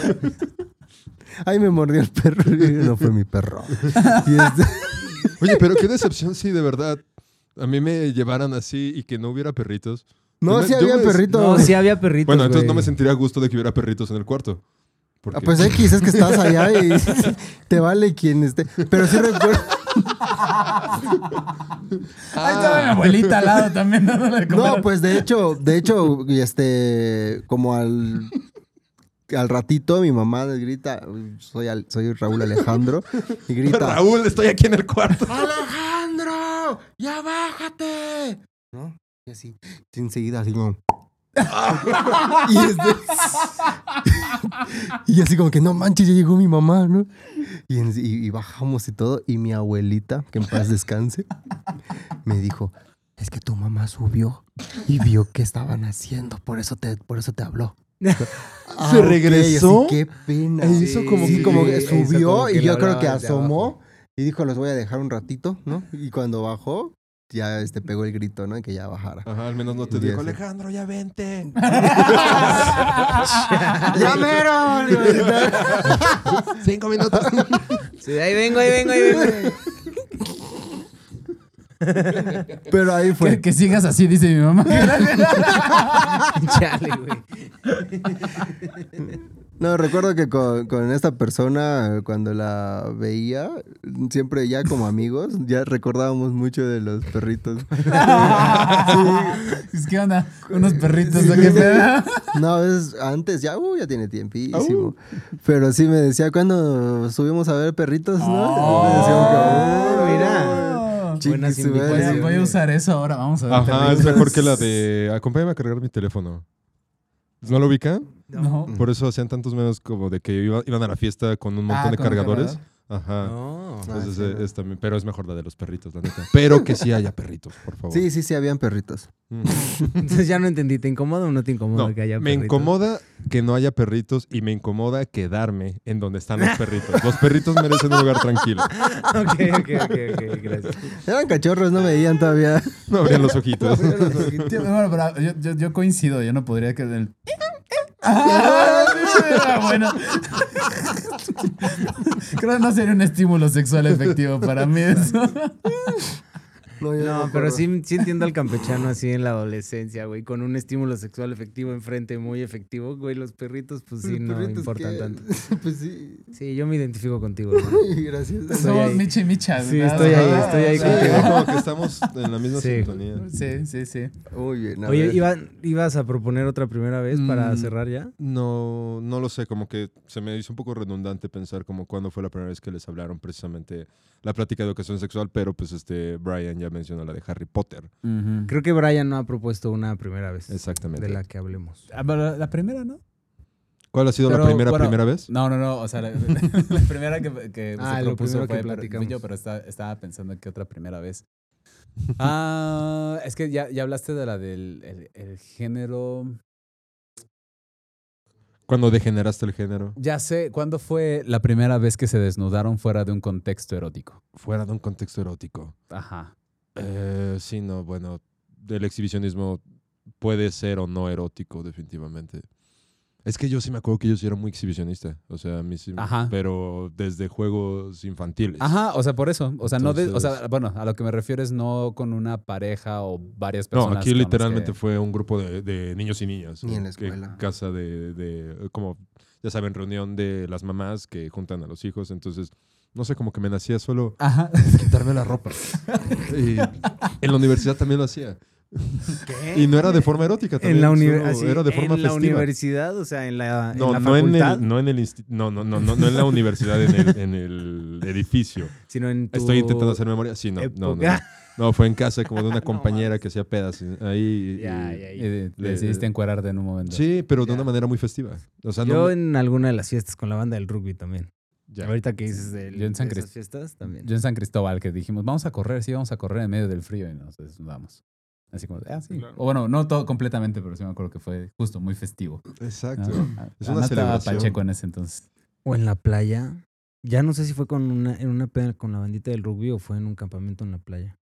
Speaker 5: Ay, me mordió el perro. No fue mi perro. Y este-
Speaker 1: Oye, pero qué decepción si de verdad a mí me llevaran así y que no hubiera perritos. Yo
Speaker 5: No,
Speaker 1: me-
Speaker 5: sí
Speaker 1: yo
Speaker 5: había
Speaker 1: me-
Speaker 5: perrito.
Speaker 4: No, sí había perritos.
Speaker 1: Bueno, entonces no
Speaker 4: güey.
Speaker 1: me sentiría a gusto de que hubiera perritos en el cuarto. Porque...
Speaker 5: Ah, Pues X, es que estás allá y te vale quien esté. Pero sí recuerdo.
Speaker 3: Ahí estaba mi abuelita al lado también dándole de comer.
Speaker 5: No, pues de hecho, de hecho, y este, como al, al ratito mi mamá grita, soy, Al- soy Raúl Alejandro, y grita,
Speaker 1: Raúl, estoy aquí en el cuarto.
Speaker 5: ¡Alejandro! ¡Ya bájate! ¿No? Y así, enseguida, así como. y, este- y así como que no manches, ya llegó mi mamá, ¿no? Y, en- y- y bajamos y todo. Y mi abuelita, que en paz descanse, me dijo: Es que tu mamá subió y vio que estaban haciendo, por eso te, por eso te habló. Ah,
Speaker 1: Se
Speaker 5: ok,
Speaker 1: regresó.
Speaker 5: así, qué pena.
Speaker 1: E hizo como
Speaker 5: Sí,
Speaker 1: que-
Speaker 5: como
Speaker 1: sí,
Speaker 5: que
Speaker 4: hizo
Speaker 5: subió
Speaker 4: como que
Speaker 5: y
Speaker 4: le
Speaker 5: yo creo
Speaker 4: hablaba
Speaker 5: que
Speaker 4: desde abajo.
Speaker 5: asomó y dijo, los voy a dejar un ratito, ¿no? Y cuando bajó, ya este pegó el grito, ¿no? Y que ya bajara.
Speaker 1: Ajá, al menos no te
Speaker 5: Sí,
Speaker 1: dijo,
Speaker 5: sí.
Speaker 1: Alejandro, ya vente.
Speaker 5: ¡Ya mero!
Speaker 1: Cinco minutos.
Speaker 4: Sí, ahí vengo, ahí vengo, ahí vengo.
Speaker 5: Pero ahí fue.
Speaker 3: Que, que sigas así, dice mi mamá.
Speaker 4: Chale, güey.
Speaker 5: No, recuerdo que con, con esta persona, cuando la veía, siempre ya como amigos, ya recordábamos mucho de los perritos.
Speaker 3: Es que onda, unos perritos. ¿no? ¿Qué pedo?
Speaker 5: No, es antes, ya, uh, ya tiene tiempísimo. Pero sí me decía, cuando subimos a ver perritos, ¿no? Me decía, como, "Oh, ¿eh?
Speaker 4: mira.
Speaker 5: chiquis,
Speaker 4: Buenas
Speaker 5: su
Speaker 3: Voy
Speaker 5: madre".
Speaker 3: a-
Speaker 4: indicaciones.
Speaker 3: voy a usar eso ahora. Vamos a ver.
Speaker 1: Ajá, es
Speaker 3: perritos.
Speaker 1: mejor que la de. Acompáñame a cargar mi teléfono. ¿No lo ubican?
Speaker 3: No.
Speaker 1: Por eso hacían tantos memes como de que iba- iban a la fiesta con un montón
Speaker 3: Ah,
Speaker 1: de
Speaker 3: con un
Speaker 1: cargadores.
Speaker 3: cargador.
Speaker 1: Ajá.
Speaker 4: No.
Speaker 1: Entonces,
Speaker 5: Ah, sí,
Speaker 1: eh,
Speaker 5: no.
Speaker 1: es también- pero es mejor la de los perritos, la neta. Pero que sí haya perritos, por favor.
Speaker 5: Sí, sí, sí, habían perritos.
Speaker 1: Mm.
Speaker 4: Entonces ya no entendí. ¿Te incomoda o no te incomoda
Speaker 1: No,
Speaker 4: que haya
Speaker 1: me
Speaker 4: perritos?
Speaker 1: incomoda que no haya perritos y me incomoda quedarme en donde están los perritos. Los perritos merecen un lugar tranquilo.
Speaker 4: Ok, ok, ok, ok. Gracias.
Speaker 5: Eran cachorros, no veían todavía.
Speaker 1: No abrían los ojitos.
Speaker 3: Tío, bueno, pero ah, yo, yo- yo coincido. Yo no podría que. el-
Speaker 4: Ah,
Speaker 3: bueno. Creo que no sería un estímulo sexual efectivo para mí eso.
Speaker 5: No, yo
Speaker 4: No,
Speaker 5: me
Speaker 4: pero
Speaker 5: acuerdo.
Speaker 4: sí, sí entiendo al campechano así en la adolescencia, güey, con un estímulo sexual efectivo enfrente, muy efectivo, güey, los perritos, pues sí,
Speaker 5: Los
Speaker 4: no
Speaker 5: perritos
Speaker 4: importan
Speaker 5: que-
Speaker 4: tanto.
Speaker 5: pues sí.
Speaker 4: Sí, yo me identifico contigo, güey.
Speaker 5: Gracias.
Speaker 4: Estoy
Speaker 3: Somos
Speaker 4: ahí.
Speaker 3: Micha y Micha.
Speaker 4: Sí,
Speaker 3: ¿no?
Speaker 4: estoy ahí,
Speaker 3: Ah,
Speaker 4: estoy ahí
Speaker 1: Sí,
Speaker 3: o sea,
Speaker 4: contigo.
Speaker 1: como que estamos en la misma
Speaker 4: Sí.
Speaker 1: sintonía.
Speaker 3: Sí, sí, sí.
Speaker 5: Muy bien. a
Speaker 4: Oye,
Speaker 5: ver.
Speaker 4: Iván, ¿ibas a proponer otra primera vez para
Speaker 3: Mm.
Speaker 4: cerrar ya?
Speaker 1: No, no lo sé, como que se me hizo un poco redundante pensar como cuándo fue la primera vez que les hablaron precisamente la plática de educación sexual, pero pues este Brian ya mencionó la de Harry Potter.
Speaker 4: Creo que Brian no ha propuesto una primera vez
Speaker 1: Exactamente.
Speaker 4: de la que hablemos.
Speaker 3: Ah, pero La primera, ¿no?
Speaker 1: ¿Cuál ha sido
Speaker 3: Pero,
Speaker 1: la primera
Speaker 3: bueno,
Speaker 1: primera vez?
Speaker 3: No, no, no. O sea, la, la primera que, que
Speaker 4: Ah,
Speaker 3: se
Speaker 4: lo
Speaker 3: propuso fue, pero-
Speaker 4: primero que
Speaker 3: fui
Speaker 4: platicamos.
Speaker 3: yo, pero está- estaba pensando en qué otra primera vez. Ah, es que ya, ya hablaste de la del el- el género.
Speaker 1: ¿Cuándo degeneraste el género?
Speaker 3: Ya sé, ¿cuándo fue la primera vez que se desnudaron fuera de un contexto erótico?
Speaker 1: Fuera de un contexto erótico.
Speaker 3: Ajá.
Speaker 1: Eh, sí, no, bueno, el exhibicionismo puede ser o no erótico, definitivamente. Es que yo sí me acuerdo que yo sí era muy exhibicionista, o sea, a mí sí, me-
Speaker 3: Ajá.
Speaker 1: pero desde juegos infantiles.
Speaker 3: Ajá, o sea, por eso. O sea, no de- o sea,
Speaker 1: Entonces-
Speaker 3: bueno, a lo que me refiero es no con una pareja o varias
Speaker 1: No,
Speaker 3: personas.
Speaker 1: aquí
Speaker 3: con las
Speaker 1: literalmente
Speaker 3: que-
Speaker 1: fue un grupo de, de niños y niñas.
Speaker 5: Ni en la
Speaker 1: que-
Speaker 5: escuela.
Speaker 1: Casa de, de, como ya saben, reunión de las mamás que juntan a los hijos, entonces, no sé, como que me nacía solo
Speaker 3: Ajá.
Speaker 1: quitarme la ropa. Y en la universidad también lo hacía. Y no era de forma erótica también.
Speaker 4: En la
Speaker 1: solo
Speaker 4: universidad.
Speaker 1: Era de forma
Speaker 4: En la
Speaker 1: festiva.
Speaker 4: universidad, o sea, en la,
Speaker 1: No,
Speaker 4: en la
Speaker 1: no, en
Speaker 4: facultad,
Speaker 1: el, no en el insti- no, no, no, no, no en la universidad, en el, en el edificio.
Speaker 4: sino en tu
Speaker 1: Estoy intentando hacer memoria. Sí,
Speaker 4: Eh,
Speaker 1: no, no, no, no.
Speaker 4: época.
Speaker 1: No, fue en casa como de una compañera que hacía pedas y- ahí. y-
Speaker 4: Ya,
Speaker 1: y-
Speaker 4: ya,
Speaker 3: Y
Speaker 4: ya.
Speaker 3: de-
Speaker 1: Le-
Speaker 3: decidiste encuerarte Eh, en un momento.
Speaker 1: Sí, pero de
Speaker 4: Ya.
Speaker 1: una manera muy festiva. O sea,
Speaker 4: Yo
Speaker 1: no.
Speaker 4: en alguna de las fiestas con la banda del rugby también.
Speaker 1: ya.
Speaker 4: Ahorita que dices del-
Speaker 3: Yo en San
Speaker 4: de esas
Speaker 3: Crist-
Speaker 4: fiestas también.
Speaker 3: Yo en San Cristóbal que dijimos, vamos a correr, sí, vamos a correr en medio del frío y nos desnudamos. Así como, ah, sí. O bueno, no todo completamente, pero sí me acuerdo que fue justo muy festivo. ¿no?
Speaker 1: Exacto.
Speaker 3: Ah,
Speaker 1: Es una
Speaker 3: no estaba
Speaker 1: celebración.
Speaker 3: Pacheco en ese entonces.
Speaker 4: O en la playa. Ya no sé si fue con una, en una peda con la bandita del rugby o fue en un campamento en la playa.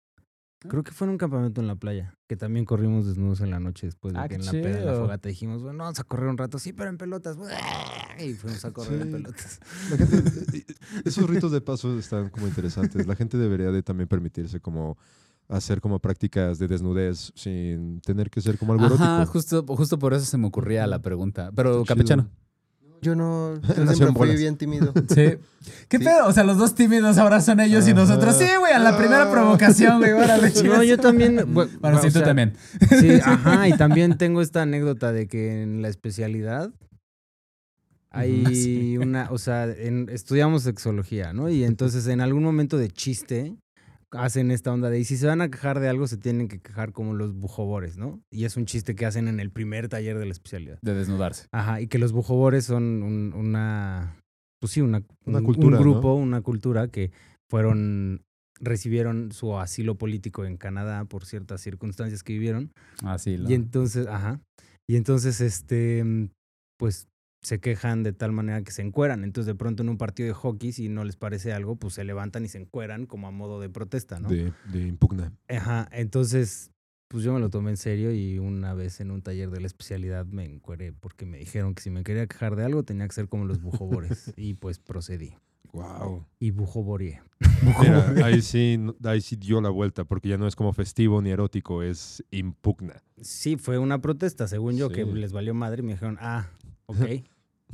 Speaker 3: Ah.
Speaker 4: Creo que fue en un campamento en la playa, que también corrimos desnudos en la noche después de
Speaker 3: Ah,
Speaker 4: que
Speaker 3: qué
Speaker 4: en la peda de la
Speaker 3: chido.
Speaker 4: fogata dijimos, bueno, vamos a correr un rato, sí, pero en pelotas. Y fuimos a correr en
Speaker 1: Sí.
Speaker 4: pelotas.
Speaker 1: La gente- eh, esos ritos de paso están como interesantes. La gente debería de también permitirse como hacer como prácticas de desnudez sin tener que ser como algo
Speaker 3: Ajá,
Speaker 1: erótico.
Speaker 3: justo, justo por eso se me ocurría la pregunta. Pero,
Speaker 1: Está chido.
Speaker 3: campechano.
Speaker 5: Yo no. Yo
Speaker 1: Nació en
Speaker 5: siempre fui
Speaker 1: bolas.
Speaker 5: bien tímido.
Speaker 3: Sí. ¿Qué
Speaker 5: Sí.
Speaker 3: pedo? O sea, los dos tímidos ahora son ellos y nosotros. Sí, güey, a la primera provocación, güey. Órale,
Speaker 4: No,
Speaker 3: chicos.
Speaker 4: yo también. bu-
Speaker 3: Bueno,
Speaker 4: o
Speaker 3: sí, tú
Speaker 4: sea,
Speaker 3: también.
Speaker 4: Sí, ajá, y también tengo esta anécdota de que en la especialidad hay
Speaker 3: Ujú, sí.
Speaker 4: una, o sea, en- estudiamos sexología, ¿no? Y entonces en algún momento de chiste hacen esta onda de, y si se van a quejar de algo, se tienen que quejar como los bujobores, ¿no? Y es un chiste que hacen en el primer taller de la especialidad.
Speaker 3: De desnudarse.
Speaker 4: Ajá, y que los bujobores son un- una, pues sí, una,
Speaker 1: Una
Speaker 4: un-
Speaker 1: cultura,
Speaker 4: un
Speaker 1: ¿no?
Speaker 4: grupo, una cultura que fueron, recibieron su asilo político en Canadá por ciertas circunstancias que vivieron.
Speaker 3: Así.
Speaker 4: Y entonces, ajá. Y entonces, este, mm, pues se quejan de tal manera que se encueran. Entonces, de pronto en un partido de hockey, si no les parece algo, pues se levantan y se encueran como a modo de protesta, ¿no?
Speaker 1: de, de impugna.
Speaker 4: Ajá, entonces, pues yo me lo tomé en serio y una vez en un taller de la especialidad me encueré porque me dijeron que si me quería quejar de algo tenía que ser como los bujobores y pues procedí.
Speaker 1: Wow.
Speaker 4: Y bujoboreé.
Speaker 1: Mira, ahí sí, no- ahí sí dio la vuelta, porque ya no es como festivo ni erótico, es impugna.
Speaker 4: Sí, fue una protesta, según yo, que
Speaker 1: Sí.
Speaker 4: les valió madre y me dijeron, ah, ok,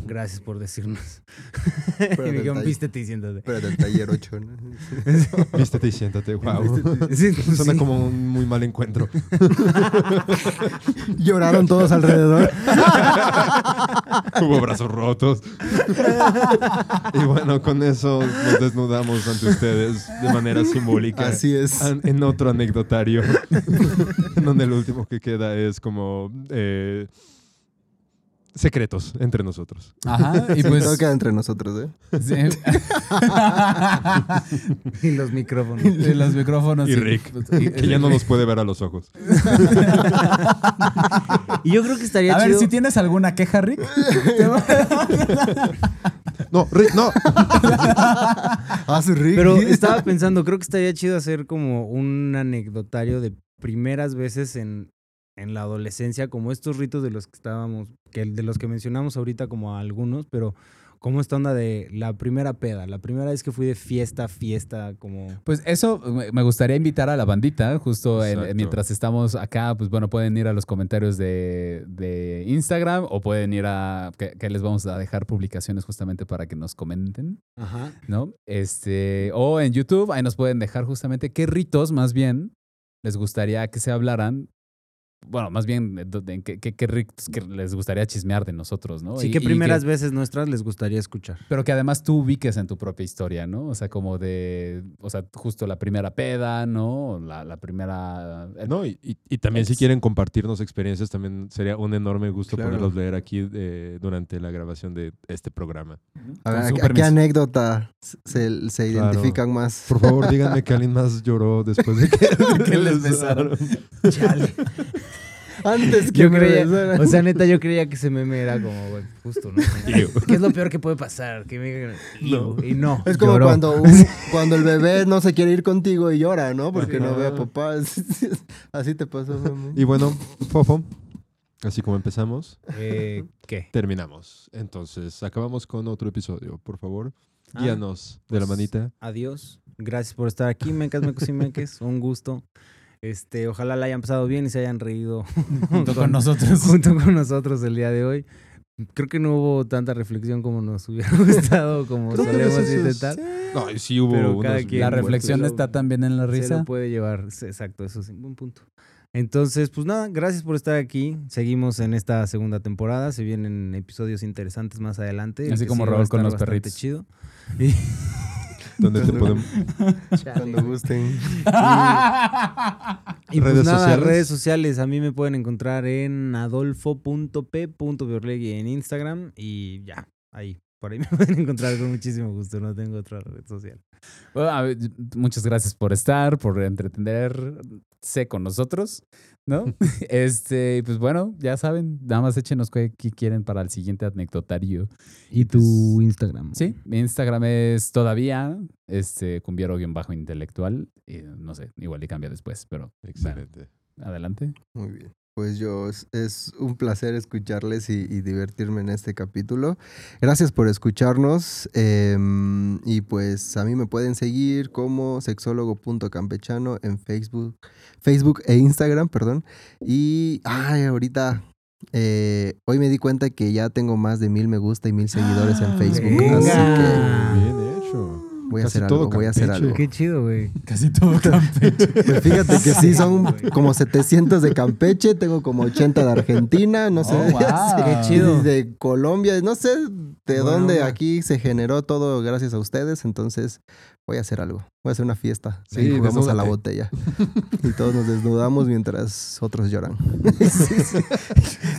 Speaker 4: gracias por decirnos.
Speaker 5: Pero
Speaker 4: y me dijeron,
Speaker 5: detalle.
Speaker 4: vístete y siéntate.
Speaker 5: Pero del taller 8, ¿no?
Speaker 1: Vístete y siéntate, wow.
Speaker 4: Sí, pues
Speaker 1: Suena
Speaker 4: sí.
Speaker 1: como un muy mal encuentro.
Speaker 5: Lloraron todos alrededor.
Speaker 1: Hubo brazos rotos. y bueno, con eso nos desnudamos ante ustedes de manera simbólica.
Speaker 5: Así es.
Speaker 1: An- En otro anecdotario, en donde lo último que queda es como eh, secretos entre nosotros.
Speaker 3: Ajá, y
Speaker 5: Sí,
Speaker 3: pues...
Speaker 5: todo queda entre nosotros, ¿eh?
Speaker 3: sí.
Speaker 4: Y los micrófonos.
Speaker 3: De los micrófonos.
Speaker 1: Y
Speaker 3: sí.
Speaker 1: Rick,
Speaker 3: Y-
Speaker 1: que ya no nos puede ver a los ojos.
Speaker 4: Y yo creo que estaría
Speaker 3: A ver,
Speaker 4: chido.
Speaker 3: si tienes alguna queja, Rick.
Speaker 1: No, Rick, no.
Speaker 5: Ah, su Rick.
Speaker 4: Pero estaba pensando, creo que estaría chido hacer como un anecdotario de primeras veces en, en la adolescencia, como estos ritos de los que estábamos, que de los que mencionamos ahorita como algunos, pero como esta onda de la primera peda, la primera vez que fui de fiesta, fiesta, como...
Speaker 3: Pues eso me- me gustaría invitar a la bandita, justo en- en-
Speaker 1: Exacto.
Speaker 3: mientras estamos acá, pues bueno, pueden ir a los comentarios de, de Instagram o pueden ir a que, que les vamos a dejar publicaciones justamente para que nos comenten,
Speaker 4: Ajá.
Speaker 3: ¿no? Este, o en YouTube, ahí nos pueden dejar justamente qué ritos más bien les gustaría que se hablaran. Bueno, más bien, eh, do- en qué, qué- qué ritos que les gustaría chismear de nosotros, ¿no?
Speaker 4: Sí,
Speaker 3: Y-
Speaker 4: que
Speaker 3: y
Speaker 4: primeras veces nuestras les gustaría escuchar.
Speaker 3: Pero que además tú ubiques en tu propia historia, ¿no? O sea, como de, o sea, justo la primera peda, ¿no? La, la primera... el-
Speaker 1: Eh, No, y, y- y también si
Speaker 3: Ex.
Speaker 1: quieren compartirnos experiencias, también sería un enorme gusto
Speaker 5: Claro.
Speaker 1: poderlos leer aquí eh, durante la grabación de este programa.
Speaker 5: A ver,
Speaker 1: Con
Speaker 5: ¿a
Speaker 1: su
Speaker 5: qué- a qué
Speaker 1: permiso.
Speaker 5: anécdota se, se
Speaker 1: Claro.
Speaker 5: identifican más?
Speaker 1: Por favor, díganme que alguien más lloró después de que, de que
Speaker 3: les besaron.
Speaker 5: Antes que
Speaker 4: Yo
Speaker 5: me
Speaker 4: creía,
Speaker 5: besaran.
Speaker 4: o sea, neta, yo creía que ese meme era como, güey, justo, ¿no?
Speaker 1: Ew.
Speaker 4: ¿Qué es lo peor que puede pasar? Que me...
Speaker 1: No.
Speaker 4: Y no.
Speaker 5: Es como
Speaker 4: lloró.
Speaker 5: cuando, un- cuando el bebé no se quiere ir contigo y llora, ¿no? Porque no ve a
Speaker 1: Ajá.
Speaker 5: papá. Así te pasó, mamá.
Speaker 1: Y bueno, Fofo, así como empezamos,
Speaker 4: Eh, ¿Qué?
Speaker 1: terminamos. Entonces, acabamos con otro episodio, por favor.
Speaker 4: Ah,
Speaker 1: Guíanos de la
Speaker 4: pues,
Speaker 1: manita.
Speaker 4: Adiós. Gracias por estar aquí, Mecas, Mecos y Meques. Un gusto. Este, ojalá la hayan pasado bien y se hayan reído
Speaker 3: Junto con nosotros.
Speaker 4: junto con nosotros el día de hoy. Creo que no hubo tanta reflexión como nos hubiera gustado, como
Speaker 1: Creo que
Speaker 4: solemos
Speaker 1: eso es-
Speaker 4: intentar.
Speaker 1: No, y sí hubo
Speaker 4: Pero
Speaker 1: unos
Speaker 4: cada
Speaker 1: bien
Speaker 4: quien-
Speaker 3: La
Speaker 1: buenos.
Speaker 3: reflexión
Speaker 4: Se lo-
Speaker 3: está también en la
Speaker 4: Se
Speaker 3: risa.
Speaker 4: lo puede llevar, sí, exacto, eso es un buen punto. Entonces, pues nada, gracias por estar aquí. Seguimos en esta segunda temporada. Se vienen episodios interesantes más adelante. el
Speaker 3: Así
Speaker 4: que
Speaker 3: como
Speaker 4: sigue va a
Speaker 3: Raúl con los
Speaker 4: estar bastante
Speaker 3: perritos.
Speaker 4: Chido.
Speaker 1: Donde te podemos...
Speaker 5: Cuando gusten.
Speaker 4: Y pues
Speaker 1: ¿Redes
Speaker 4: nada,
Speaker 1: sociales?
Speaker 4: redes sociales. A mí me pueden encontrar en adolfo.p.biorlegui en Instagram y ya, ahí. Por ahí me pueden encontrar con muchísimo gusto. No tengo otra red social.
Speaker 3: Bueno, a ver, muchas gracias por estar, por entretenerse con nosotros, ¿no? este, y pues bueno, ya saben, nada más échenos qué, qué quieren para el siguiente anecdotario.
Speaker 4: ¿Y pues
Speaker 3: tu
Speaker 4: Instagram?
Speaker 3: Sí, mi Instagram es todavía este cumbiero-intelectual. Y eh, no sé, igual y cambia después, pero
Speaker 1: Excelente.
Speaker 3: adelante.
Speaker 5: Muy bien. Pues yo, es, es un placer escucharles y, y divertirme en este capítulo. Gracias por escucharnos. em, y pues a mí me pueden seguir como sexólogo.campechano en Facebook, Facebook e Instagram, perdón. Y ay, ahorita, eh, hoy me di cuenta que ya tengo más de mil me gusta y mil seguidores en Facebook.
Speaker 4: venga.
Speaker 5: Así que
Speaker 1: Bien hecho.
Speaker 5: voy a
Speaker 1: Casi
Speaker 5: hacer
Speaker 1: todo
Speaker 5: algo, voy a hacer
Speaker 1: Campeche.
Speaker 5: algo.
Speaker 4: Qué chido, güey.
Speaker 3: Casi todo Campeche.
Speaker 5: Pues fíjate que sí, son como 700 de Campeche, tengo como 80 de Argentina, no sé.
Speaker 3: Oh, wow. Qué chido.
Speaker 5: y De Colombia, no sé de
Speaker 4: Buena
Speaker 5: dónde
Speaker 4: onda.
Speaker 5: aquí se generó todo gracias a ustedes, entonces voy a hacer algo. Voy a hacer una fiesta.
Speaker 1: Sí,
Speaker 5: Sí, jugamos a la
Speaker 1: desnúdate.
Speaker 5: botella. y todos nos desnudamos mientras otros lloran. Sí, sí.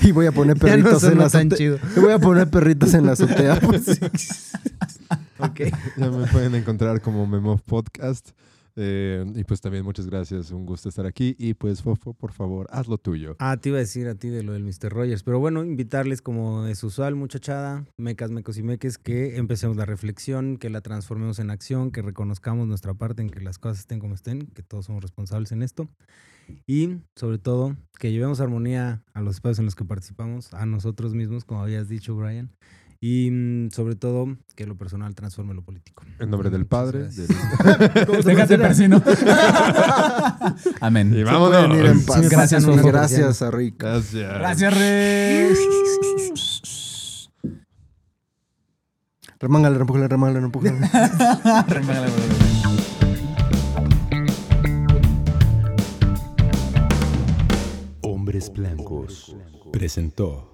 Speaker 5: Y voy a poner
Speaker 4: Ya no
Speaker 5: perritos en
Speaker 4: sonó
Speaker 5: la
Speaker 4: tan
Speaker 5: azotea.
Speaker 4: chido.
Speaker 5: Y Voy a poner perritos en la azotea. pues, sí.
Speaker 4: Ok.
Speaker 1: Ya me pueden encontrar como Memov Podcast Eh, y pues también muchas gracias, un gusto estar aquí. Y pues, Fofo, por favor, haz lo tuyo.
Speaker 4: Ah, te iba a decir a ti de lo del Mr. Rogers, pero bueno, invitarles como es usual, muchachada, mecas, mecos y meques, que empecemos la reflexión, que la transformemos en acción, que reconozcamos nuestra parte en que las cosas estén como estén, que todos somos responsables en esto. Y sobre todo, que llevemos armonía a los espacios en los que participamos, a nosotros mismos, como habías dicho, Brian. Y mm, sobre todo, que lo personal transforme lo político.
Speaker 1: En nombre del
Speaker 4: Muchas
Speaker 1: Padre.
Speaker 4: gracias.
Speaker 1: del-
Speaker 3: Déjate persino. Amén.
Speaker 1: Y
Speaker 5: Pueden ir en
Speaker 1: vámonos.
Speaker 5: paz.
Speaker 3: Gracias, Fofo.
Speaker 5: Gracias, a Rick.
Speaker 1: Gracias.
Speaker 3: Gracias, Rex.
Speaker 5: Remángale, remángale, remángale, remángale.
Speaker 3: Remángale, güey.
Speaker 6: Hombres Blancos presentó.